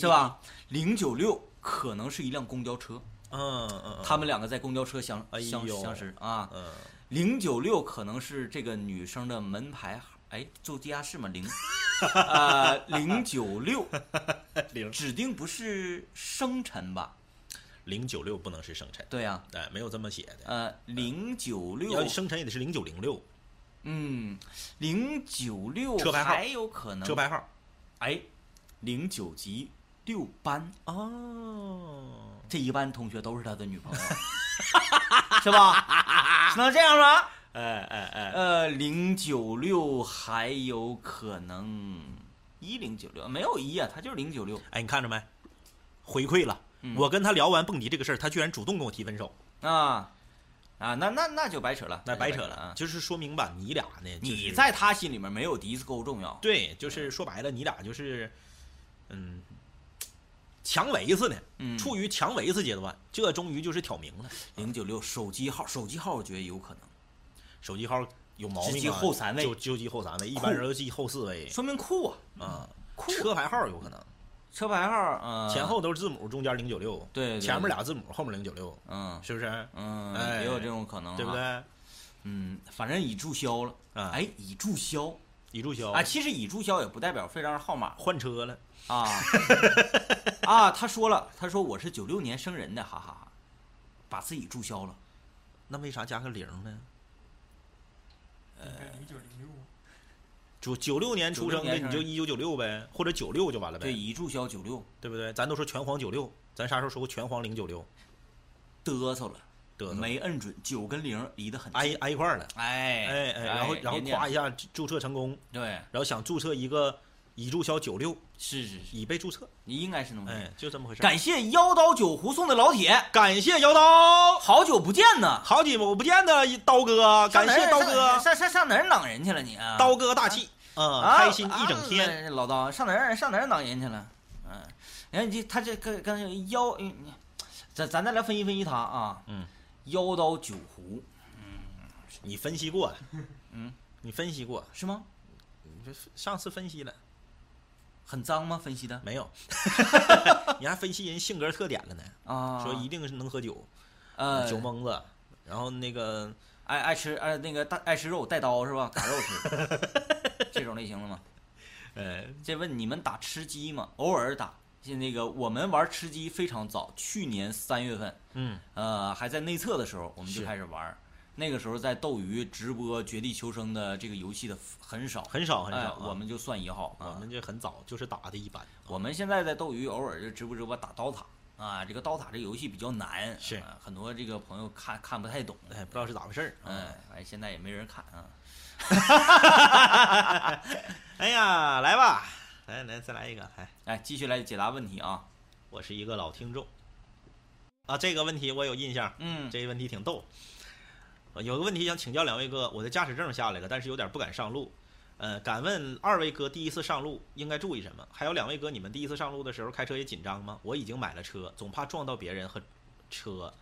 [SPEAKER 2] 是吧？零九六可能是一辆公交车，
[SPEAKER 1] 嗯嗯嗯，
[SPEAKER 2] 他们两个在公交车相
[SPEAKER 1] 哎呦
[SPEAKER 2] 相相识啊。
[SPEAKER 1] 嗯
[SPEAKER 2] 零九六可能是这个女生的门牌号，哎，做地下室嘛 零，呃，零九六
[SPEAKER 1] 零
[SPEAKER 2] 指定不是生辰吧？
[SPEAKER 1] 零九六不能是生辰，
[SPEAKER 2] 对呀、
[SPEAKER 1] 哎，没有这么写的。
[SPEAKER 2] 呃，零九
[SPEAKER 1] 要
[SPEAKER 2] 六
[SPEAKER 1] 生辰也得是零九零六，
[SPEAKER 2] 嗯，零九六
[SPEAKER 1] 车牌号
[SPEAKER 2] 还有可能
[SPEAKER 1] 车牌号。
[SPEAKER 2] 哎，零九级六班
[SPEAKER 1] 哦，
[SPEAKER 2] 这一班同学都是他的女 朋友，是吧？只能这样了。
[SPEAKER 1] 哎哎哎，
[SPEAKER 2] 呃，零九六还有可能一零九六没有一啊，他就是零九六
[SPEAKER 1] 哎，你看着没？回馈了。
[SPEAKER 2] 嗯
[SPEAKER 1] 我跟他聊完蹦迪这个事儿，他居然主动跟我提分手，
[SPEAKER 2] 啊啊，那那那就白扯了，
[SPEAKER 1] 那
[SPEAKER 2] 就
[SPEAKER 1] 白扯
[SPEAKER 2] 扯
[SPEAKER 1] 了。
[SPEAKER 2] 啊！
[SPEAKER 1] 就是说明吧，你俩呢，就是
[SPEAKER 2] 你在嗯他心里面没有迪斯科重要，
[SPEAKER 1] 对，就是说白了，你俩就是，嗯，强维次呢，
[SPEAKER 2] 嗯
[SPEAKER 1] 处于强维次阶段，这终于就是挑明了。
[SPEAKER 2] 零九六手机号，手机号我觉得有可能，
[SPEAKER 1] 手机号有毛病、啊，
[SPEAKER 2] 只记后三位
[SPEAKER 1] 就就记后三位，一般人都记后四位
[SPEAKER 2] 说明酷啊，
[SPEAKER 1] 啊。
[SPEAKER 2] 酷
[SPEAKER 1] 车牌号有可能，
[SPEAKER 2] 车牌号，嗯，
[SPEAKER 1] 前后都是字母，中间零九六，
[SPEAKER 2] 对对
[SPEAKER 1] 前面
[SPEAKER 2] 对
[SPEAKER 1] 俩字母，后面零九六，
[SPEAKER 2] 嗯
[SPEAKER 1] 是不是？
[SPEAKER 2] 嗯，
[SPEAKER 1] 哎
[SPEAKER 2] 也有这种可能，啊
[SPEAKER 1] 对啊不？对？
[SPEAKER 2] 嗯，反正已注销了。
[SPEAKER 1] 啊
[SPEAKER 2] 哎，已注销
[SPEAKER 1] 已注销
[SPEAKER 2] 啊，其实已注销也不代表非常是号码
[SPEAKER 1] 换车了，
[SPEAKER 2] 啊 啊。他说了，他说我是九六年生人的，哈哈哈，把自己注销了。
[SPEAKER 1] 那为啥加个零呢？
[SPEAKER 4] 零九零六，
[SPEAKER 1] 九九六年出生的
[SPEAKER 2] 呃96年
[SPEAKER 1] 你就一九九六呗，或者九六就完了呗，
[SPEAKER 2] 对，已注销九六，
[SPEAKER 1] 对不对？咱都说拳皇九六，咱啥时候说过拳皇零九六？
[SPEAKER 2] 嘚瑟了，
[SPEAKER 1] 得瑟
[SPEAKER 2] 没摁准，九跟零离得很
[SPEAKER 1] 挨
[SPEAKER 2] 近。
[SPEAKER 1] 挨一块儿了。
[SPEAKER 2] 哎
[SPEAKER 1] 哎哎，然后然后
[SPEAKER 2] 别念
[SPEAKER 1] 夸一下注册成功，
[SPEAKER 2] 对，
[SPEAKER 1] 然后想注册一个已注销九六，
[SPEAKER 2] 是是是，
[SPEAKER 1] 已被注册，
[SPEAKER 2] 你应该是那么回事。
[SPEAKER 1] 哎，就这么回事。
[SPEAKER 2] 嗯感谢妖刀九胡送的老铁，
[SPEAKER 1] 感谢姚刀，
[SPEAKER 2] 好久不见呢，
[SPEAKER 1] 好久不见的刀哥，
[SPEAKER 2] 上
[SPEAKER 1] 感
[SPEAKER 2] 哪儿
[SPEAKER 1] 谢刀哥，
[SPEAKER 2] 上上上哪儿挡人去了你啊？
[SPEAKER 1] 刀哥大气，嗯，开心一整
[SPEAKER 2] 啊
[SPEAKER 1] 天。
[SPEAKER 2] 哎老刀上哪儿上哪儿挡人去了？嗯、然后你这他这跟跟腰，嗯你咱咱再来分析分析他啊。
[SPEAKER 1] 嗯，
[SPEAKER 2] 妖刀九湖
[SPEAKER 1] 你分析 过了，
[SPEAKER 2] 嗯，
[SPEAKER 1] 你分析过，
[SPEAKER 2] 是吗？
[SPEAKER 1] 你这上次分 析了
[SPEAKER 2] 很脏吗？分析的
[SPEAKER 1] 没有？ 你还分析人性格特点了呢，
[SPEAKER 2] 啊？
[SPEAKER 1] 说一定是能喝酒，
[SPEAKER 2] 呃
[SPEAKER 1] 酒蒙子，然后那个
[SPEAKER 2] 爱爱吃爱那个大爱吃肉带刀是吧？打肉吃这种类型的吗？
[SPEAKER 1] 呃，
[SPEAKER 2] 这问你们打吃鸡吗？偶尔打。现那个我们玩吃鸡非常早，去年三月份，
[SPEAKER 1] 嗯
[SPEAKER 2] 呃，还在内测的时候，我们就是开始玩儿。那个时候在斗鱼直播《绝地求生》的这个游戏的很少，
[SPEAKER 1] 很少很少
[SPEAKER 2] 哎
[SPEAKER 1] 啊，，
[SPEAKER 2] 我们就算一号。
[SPEAKER 1] 我
[SPEAKER 2] 啊
[SPEAKER 1] 们这很早就是打的一般，
[SPEAKER 2] 我们现在在斗鱼偶尔就直播直播打刀塔啊，这个刀塔这个游戏比较难，
[SPEAKER 1] 是
[SPEAKER 2] 啊很多这个朋友看看不太懂，
[SPEAKER 1] 哎，不知道是咋回事儿。
[SPEAKER 2] 嗯，哎，现在也没人看啊。
[SPEAKER 1] 哎呀，来吧，来来再来一个，来，
[SPEAKER 2] 哎，继续来解答问题啊。
[SPEAKER 1] 我是一个老听众。啊，这个问题我有印象，
[SPEAKER 2] 嗯，
[SPEAKER 1] 这个问题挺逗。呃有个问题想请教两位哥，我的驾驶证下来了，但是有点不敢上路。呃，敢问二位哥，第一次上路应该注意什么？还有两位哥，你们第一次上路的时候开车也紧张吗？我已经买了车，总怕撞到别人和车，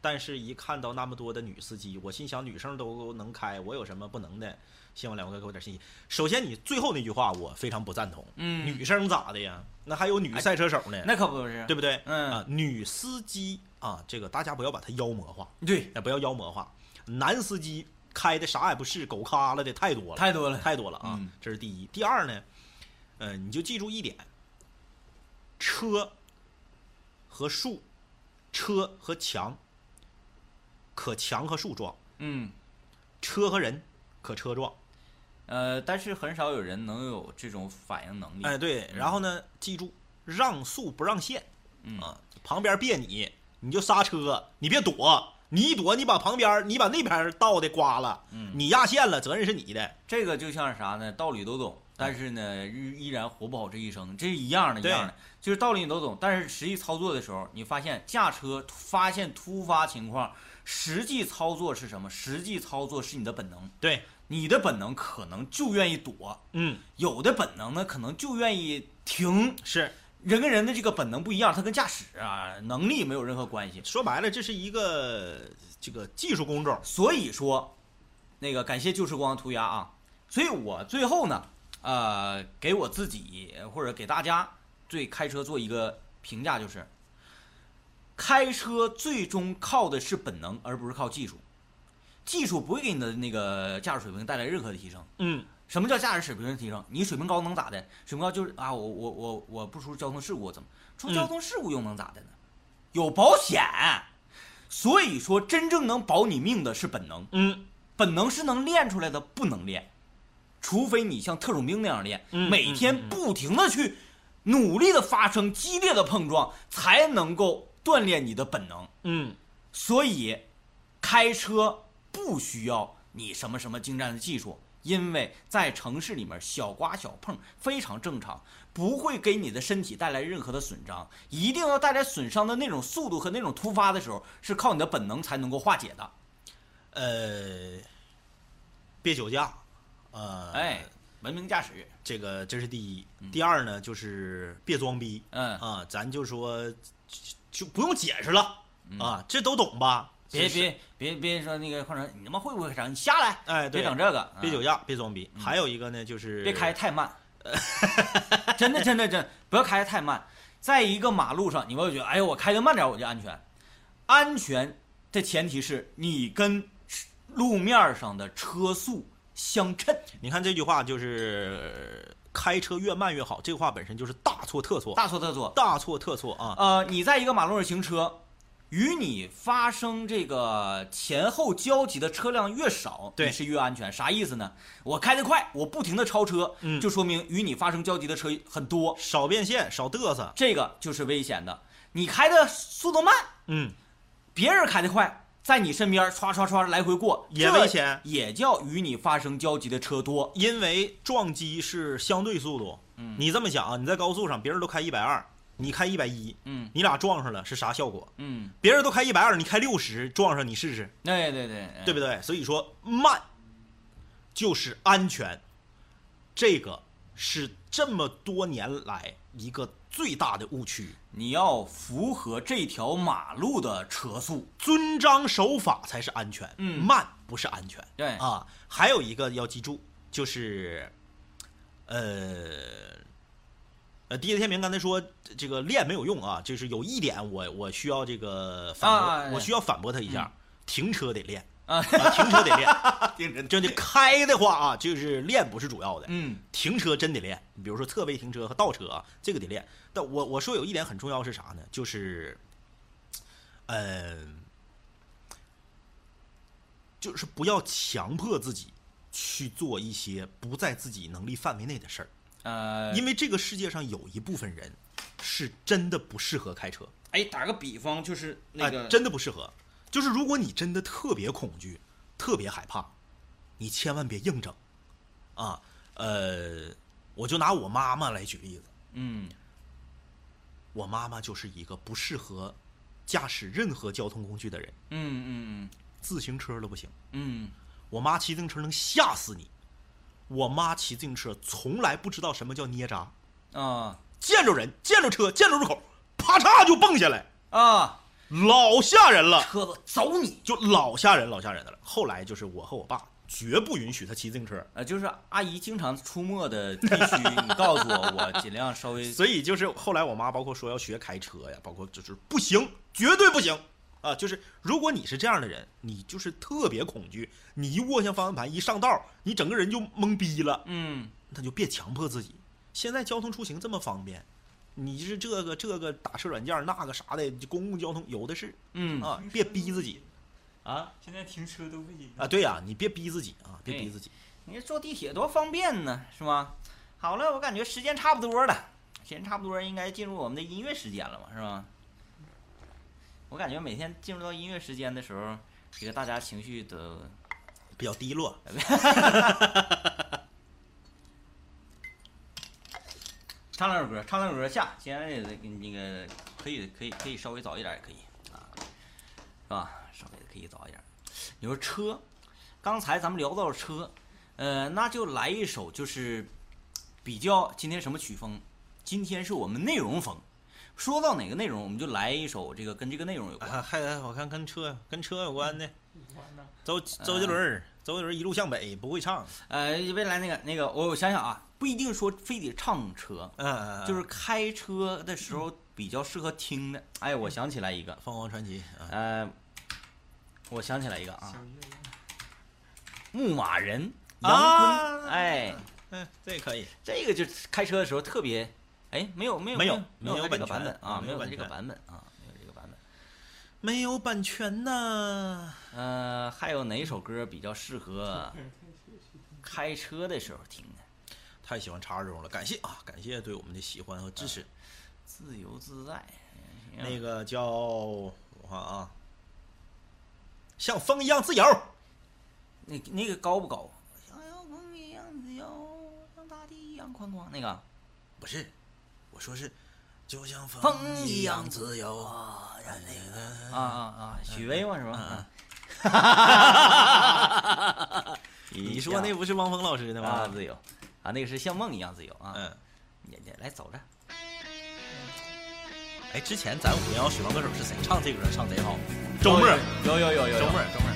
[SPEAKER 1] 但是一看到那么多的女司机，我心想女生都能开，我有什么不能的？希望两位哥给我点信息。首先，你最后那句话我非常不赞同，
[SPEAKER 2] 嗯哎
[SPEAKER 1] 女生咋的呀？那还有女赛车手呢，
[SPEAKER 2] 那可不是，
[SPEAKER 1] 对不对？
[SPEAKER 2] 嗯
[SPEAKER 1] 啊、女司机啊，这个大家不要把它妖魔化，
[SPEAKER 2] 对，
[SPEAKER 1] 哎，不要妖魔化。男司机开的啥也不是，狗咖了的太多了，
[SPEAKER 2] 太多了，
[SPEAKER 1] 太多了啊！
[SPEAKER 2] 嗯
[SPEAKER 1] 这是第一。第二呢，呃，你就记住一点：车和树，车和墙，可墙和树撞；
[SPEAKER 2] 嗯，
[SPEAKER 1] 车和人，可车撞。
[SPEAKER 2] 呃，但是很少有人能有这种反应能力，
[SPEAKER 1] 哎，对。然后呢，记住让速不让线
[SPEAKER 2] 嗯
[SPEAKER 1] 啊，旁边别你，你就刹车，你别躲。你一躲，你把旁边，你把那边倒的刮了，你压线了，责任是你的。
[SPEAKER 2] 这个就像是啥呢？道理都懂，但是呢，依依然活不好这一生，这是一样的，一
[SPEAKER 1] 对
[SPEAKER 2] 样的，就是道理你都懂，但是实际操作的时候，你发现驾车突发现突发情况，实际操作是什么？实际操作是你的本能，
[SPEAKER 1] 对，
[SPEAKER 2] 你的本能可能就愿意躲，
[SPEAKER 1] 嗯，
[SPEAKER 2] 有的本能呢可能就愿意停。
[SPEAKER 1] 是。
[SPEAKER 2] 人跟人的这个本能不一样，它跟驾驶啊能力没有任何关系。
[SPEAKER 1] 说白了，这是一个这个技术工种。
[SPEAKER 2] 所以说，那个感谢旧时光的涂鸦啊，所以我最后呢，呃，给我自己或者给大家对开车做一个评价，就是开车最终靠的是本能，而不是靠技术。技术不会给你的那个驾驶水平带来任何的提升。
[SPEAKER 1] 嗯，
[SPEAKER 2] 什么叫驾驶水平的提升？你水平高能咋的？水平高就是啊，我我我我不出交通事故，我怎么出
[SPEAKER 1] 嗯
[SPEAKER 2] 交通事故又能咋的呢？有保险，所以说真正能保你命的是本能，
[SPEAKER 1] 嗯，
[SPEAKER 2] 本能是能练出来的，不能练，除非你像特种兵那样练，
[SPEAKER 1] 嗯
[SPEAKER 2] 每天不停的去努力的发生激烈的碰撞，才能够锻炼你的本能。
[SPEAKER 1] 嗯，
[SPEAKER 2] 所以，开车不需要你什么什么精湛的技术，因为在城市里面小刮小碰非常正常，不会给你的身体带来任何的损伤。一定要带来损伤的那种速度和那种突发的时候，是靠你的本能才能够化解的。
[SPEAKER 1] 呃，别酒驾，呃，
[SPEAKER 2] 哎，，文明驾驶，
[SPEAKER 1] 这个这是第一。第二呢，就是别装逼
[SPEAKER 2] 嗯，
[SPEAKER 1] 啊，咱就说就不用解释了啊，这都懂吧？
[SPEAKER 2] 嗯别
[SPEAKER 1] 是，
[SPEAKER 2] 别别别说那个矿长，你他妈会不会开车？你下来，
[SPEAKER 1] 哎，对，
[SPEAKER 2] 别整这个，
[SPEAKER 1] 别
[SPEAKER 2] 嗯
[SPEAKER 1] 酒驾，别装逼。还有一个呢，就是
[SPEAKER 2] 别开 太慢，真的真的真的不要开得太慢。在一个马路上，你不要觉得哎呦我开的慢点我就安全，安全的前提是你跟路面上的车速相称，
[SPEAKER 1] 你看这句话就是呃开车越慢越好，这话本身就是大错特错，
[SPEAKER 2] 大错特错。
[SPEAKER 1] 大错特错啊！
[SPEAKER 2] 呃，你在一个马路上行车，与你发生这个前后交集的车辆越少，
[SPEAKER 1] 对
[SPEAKER 2] 你是越安全。啥意思呢？我开得快，我不停的超车，
[SPEAKER 1] 嗯
[SPEAKER 2] 就说明与你发生交集的车很多，
[SPEAKER 1] 少变现，少嘚瑟，
[SPEAKER 2] 这个就是危险的。你开的速度慢，
[SPEAKER 1] 嗯，
[SPEAKER 2] 别人开得快，在你身边唰唰唰来回过，
[SPEAKER 1] 也
[SPEAKER 2] 这
[SPEAKER 1] 危险
[SPEAKER 2] 也叫与你发生交集的车多。
[SPEAKER 1] 因为撞击是相对速度，
[SPEAKER 2] 嗯
[SPEAKER 1] 你这么想啊，你在高速上，别人都开一百二，你开一百一，
[SPEAKER 2] 嗯
[SPEAKER 1] 你俩撞上了是啥效果？
[SPEAKER 2] 嗯，
[SPEAKER 1] 别人都开一百二，你开六十撞上你试试，
[SPEAKER 2] 对对对，
[SPEAKER 1] 对不对？所以说慢就是安全，这个是这么多年来一个最大的误区，
[SPEAKER 2] 你要符合这条马路的车速。
[SPEAKER 1] 遵章守法才是安全，
[SPEAKER 2] 嗯
[SPEAKER 1] 慢不是安全。
[SPEAKER 2] 对
[SPEAKER 1] 啊，还有一个要记住，就是，呃，呃，第一天明刚才说这个练没有用啊，就是有一点我我需要这个反驳，
[SPEAKER 2] 啊嗯
[SPEAKER 1] 我需要反驳他一下，停车得练
[SPEAKER 2] 啊
[SPEAKER 1] 停车得练，
[SPEAKER 2] 听着，
[SPEAKER 1] 真的开的话啊，就是练不是主要的，
[SPEAKER 2] 嗯
[SPEAKER 1] 停车真得练，你比如说侧位停车和倒车啊，这个得练。但我我说有一点很重要是啥呢？就是，嗯、就是不要强迫自己去做一些不在自己能力范围内的事儿，
[SPEAKER 2] 呃，
[SPEAKER 1] 因为这个世界上有一部分人是真的不适合开车，
[SPEAKER 2] 哎，打个比方，就是
[SPEAKER 1] 哎、真的不适合。就是如果你真的特别恐惧、特别害怕，你千万别硬整，啊，呃，我就拿我妈妈来举例子，
[SPEAKER 2] 嗯
[SPEAKER 1] 我妈妈就是一个不适合驾驶任何交通工具的人，
[SPEAKER 2] 嗯嗯
[SPEAKER 1] 自行车都不行。
[SPEAKER 2] 嗯嗯，
[SPEAKER 1] 我妈骑自行车能吓死你。我妈骑自行车从来不知道什么叫捏闸，
[SPEAKER 2] 啊
[SPEAKER 1] 见着人、见着车、见着路口，啪嚓就蹦下来，
[SPEAKER 2] 啊，
[SPEAKER 1] 老吓人了，
[SPEAKER 2] 车子走你
[SPEAKER 1] 就老吓人、老吓人的了。后来就是我和我爸绝不允许他骑自行车，
[SPEAKER 2] 啊，就是阿姨经常出没的地区，你告诉我，我尽量稍 微
[SPEAKER 1] 所以就是后来我妈包括说要学开车呀，包括就是不行，绝对不行啊！就是如果你是这样的人，你就是特别恐惧，你一握向方向盘，一上道，你整个人就懵逼了。
[SPEAKER 2] 嗯
[SPEAKER 1] 那就别强迫自己。现在交通出行这么方便，你是这个这个打车软件儿那个啥的，公共交通有的是
[SPEAKER 2] 嗯
[SPEAKER 1] 啊，别逼自己啊
[SPEAKER 4] 现在停车都不行
[SPEAKER 1] 啊！对呀、你别逼自己啊，别
[SPEAKER 2] 对
[SPEAKER 1] 逼自己。
[SPEAKER 2] 你坐地铁多方便呢，是吗？好了，我感觉时间差不多了，时间差不多应该进入我们的音乐时间了嘛，是吧？我感觉每天进入到音乐时间的时候，这个大家情绪都
[SPEAKER 1] 比较低落，
[SPEAKER 2] 唱两首歌，唱两首歌下。现在这个那个可以可以可以稍微早一点也可以啊，是吧？稍微可以早一点。你说车，刚才咱们聊到了车，呃，那就来一首就是比较今天什么曲风？今天是我们内容风。说到哪个内容，我们就来一首这个跟这个内容有关。
[SPEAKER 1] 啊、还我看跟车跟车有关的，
[SPEAKER 4] 完了，
[SPEAKER 1] 周周杰伦儿，周杰伦儿一路向北不会唱，
[SPEAKER 2] 呃，未来那个那个，我我想想啊，不一定说非得唱车，
[SPEAKER 1] 嗯、啊，
[SPEAKER 2] 就是开车的时候比较适合听的。哎，我想起来一个，
[SPEAKER 1] 凤凰传奇啊，
[SPEAKER 2] 呃，我想起来一个啊
[SPEAKER 4] 小，月亮，
[SPEAKER 2] 牧马人杨坤，
[SPEAKER 1] 啊
[SPEAKER 2] 哎，
[SPEAKER 1] 嗯，这可以，
[SPEAKER 2] 这个就是开车的时候特别，哎，没有没有
[SPEAKER 1] 没有
[SPEAKER 2] 有没
[SPEAKER 1] 没有
[SPEAKER 2] 它这个
[SPEAKER 1] 版
[SPEAKER 2] 版
[SPEAKER 1] 权
[SPEAKER 2] 本啊，
[SPEAKER 1] 没有
[SPEAKER 2] 没有它
[SPEAKER 1] 版
[SPEAKER 2] 这个
[SPEAKER 1] 权
[SPEAKER 2] 版本啊，没有这个版本。
[SPEAKER 1] 没有版权呐，
[SPEAKER 2] 呃，还有哪首歌比较 适合开车的时候听呢？
[SPEAKER 1] 太喜欢查尔中了，感谢啊，感谢对我们的喜欢和支持。
[SPEAKER 2] 自由自在，嗯
[SPEAKER 1] 那
[SPEAKER 2] 个
[SPEAKER 1] 个叫我看啊，像风一样自由。
[SPEAKER 2] 那那个高不高？像摇滚一样自由，像大地一样宽广。那个
[SPEAKER 1] 不是，我说是，就像
[SPEAKER 2] 风
[SPEAKER 1] 一
[SPEAKER 2] 一样
[SPEAKER 1] 自由。哎嗯
[SPEAKER 2] 啊啊啊，许巍嘛是吧？
[SPEAKER 1] 你说那不是汪峰老师的
[SPEAKER 2] 啊
[SPEAKER 1] 吗？
[SPEAKER 2] 自由啊，那个是像梦一样自由啊。
[SPEAKER 1] 嗯，
[SPEAKER 2] 你你来走着。
[SPEAKER 1] 哎，之前咱五零幺水王歌手是谁唱这歌唱贼好？周末，
[SPEAKER 2] 有有有有
[SPEAKER 1] 周末，周末。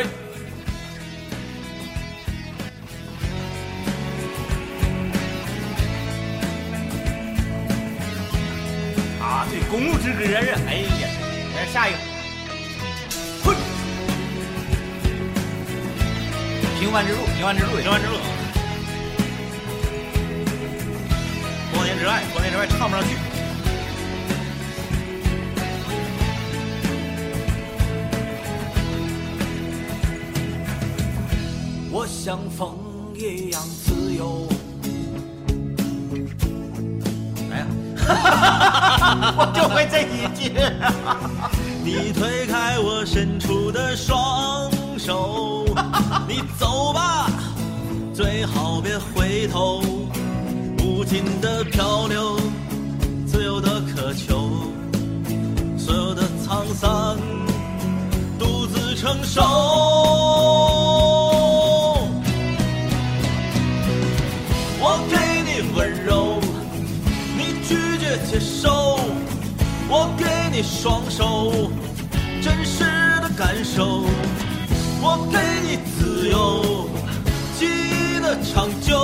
[SPEAKER 2] 哎，啊，对，公路之歌是，哎呀，来下一个，嘿，平凡之路，平凡之路，
[SPEAKER 1] 平凡之路，光年之爱，光年之爱唱不上去。
[SPEAKER 2] 我像风一样自由。哎 呀，我就会这一句。
[SPEAKER 1] 你推开我伸出的双手，你走吧，最好别回头。无尽的漂流，自由的渴求，所有的沧桑，独自承受。我给你温柔，你拒绝接受。我给你双手，真实的感受；我给你自由，记忆的长久；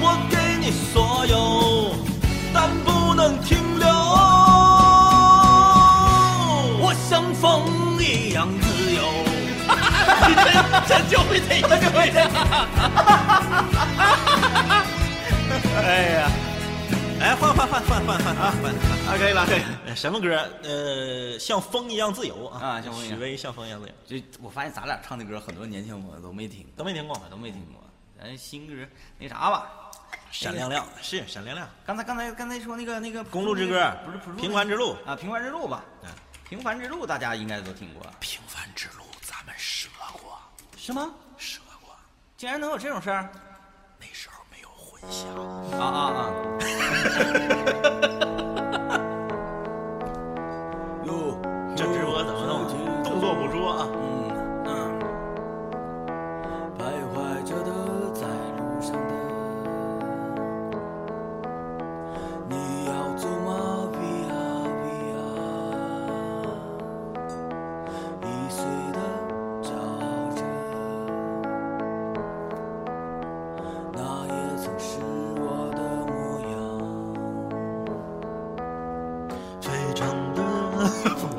[SPEAKER 1] 我给你所有，但不能停留。我像风一样自由。你真真就会这样，就会这样。哎呀，哎，换换换换换换啊，换换。
[SPEAKER 2] 啊， 可以了，可以。
[SPEAKER 1] 呃什么歌？呃，像风一样自由啊！
[SPEAKER 2] 啊像风一样
[SPEAKER 1] 许巍像风一样自由，
[SPEAKER 2] 这我发现咱俩唱的歌，很多年轻朋友都没听
[SPEAKER 1] 都
[SPEAKER 2] 过，
[SPEAKER 1] 没听过。
[SPEAKER 2] 我都没听过。咱新歌那啥吧，
[SPEAKER 1] 闪亮亮是闪亮亮，
[SPEAKER 2] 刚才刚才刚才说那个那个
[SPEAKER 1] 公路之歌
[SPEAKER 2] 不是不是
[SPEAKER 1] 平凡之路
[SPEAKER 2] 啊，平凡之路吧
[SPEAKER 1] 嗯，
[SPEAKER 2] 平凡之路大家应该都听过，
[SPEAKER 1] 平凡之路咱们折过，
[SPEAKER 2] 是吗？
[SPEAKER 1] 折过，
[SPEAKER 2] 竟然能有这种事儿？啊
[SPEAKER 1] 那时候没有混响。
[SPEAKER 2] 啊啊啊！
[SPEAKER 1] 啊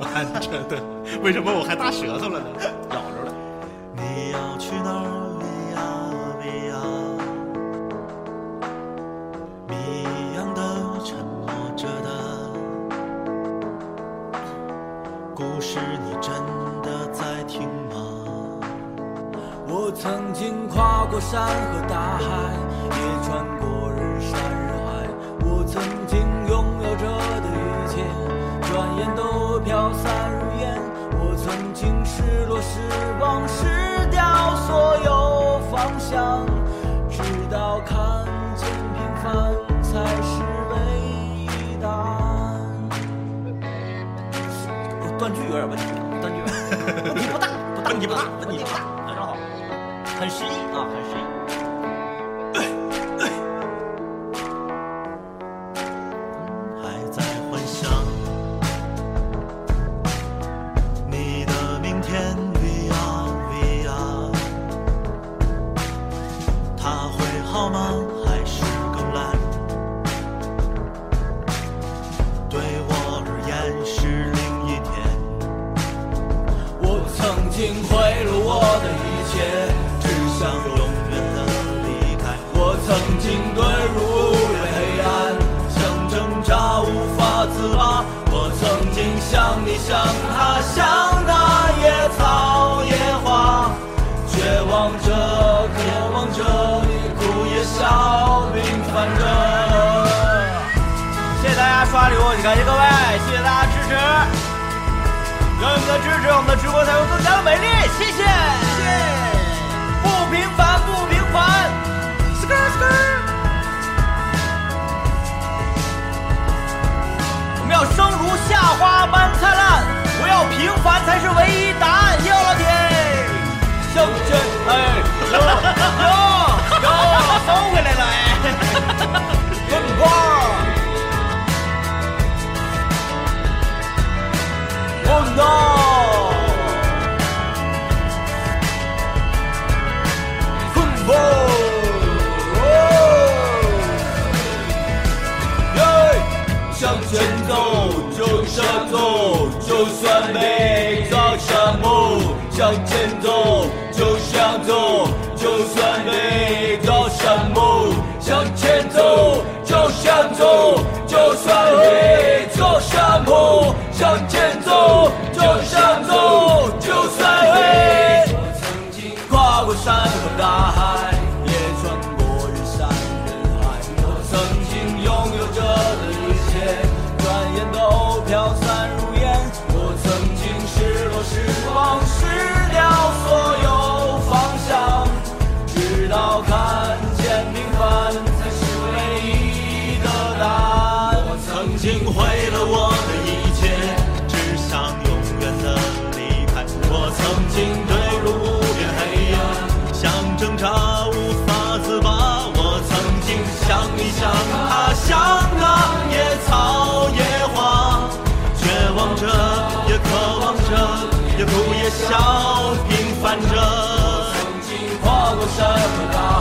[SPEAKER 1] 看着的。为什么我还大舌头了呢？咬着了。你要去哪儿？米呀米呀，谜一样的沉默着的故事，你真的在听吗？
[SPEAKER 5] 我曾经跨过山和大海，也穿过日山日海。我曾经拥有着的一切，转眼都飘散如烟。我曾经失落、失望、失掉所有方向，直到看见平凡才是唯一答案。我断句有点问题，断 句有点问题不大，不大，
[SPEAKER 1] 问题不大
[SPEAKER 5] 问题不大，
[SPEAKER 2] 啊
[SPEAKER 5] 非常好，很诗意啊，很诗意。
[SPEAKER 1] 还在幻想你的明天，V R V R，他会好吗？还是更烂？对我而言是另一天。
[SPEAKER 5] 我曾经毁了我的一切，只想永远的离开。我曾经遁入无边黑暗，想挣扎无法自拔。我曾经像你，像他，像那野草野花，绝望着，渴望着，你哭也笑，平凡着。谢谢大家刷礼物，感谢各位，谢谢大家支持。有你们的支持，我们的直播才会更加的美丽。谢谢，谢谢，不平凡，不平凡。s k r s k r 我们要生如夏花般灿烂，不要平凡才是唯一答案。哟，老铁，向前，哎，哟哟哟，收回来了，哎，滚吧。Oh no! Football! 哦 Oh! 耶向前走，就是要走，就算没到沙漠。向前走，就是要走，就算没到沙漠。向前走，就是要走，就算会走沙漠。向前走，就是要走，就算会。我曾经跨过山和大海，也穿过人山人海。我曾经拥有着的一切，转眼都飘散如烟。我曾经失落、失望、失掉所有方向，直到看见平凡才是唯一的答案。我曾
[SPEAKER 1] 曾经毁了我的一切，只想永远的离开。我曾经坠入无边黑暗，想挣扎无法自拔。我曾经像你，像他，像那野啊草野花，绝望着，也渴望着，也哭也笑，平凡着。
[SPEAKER 5] 经跨过山和大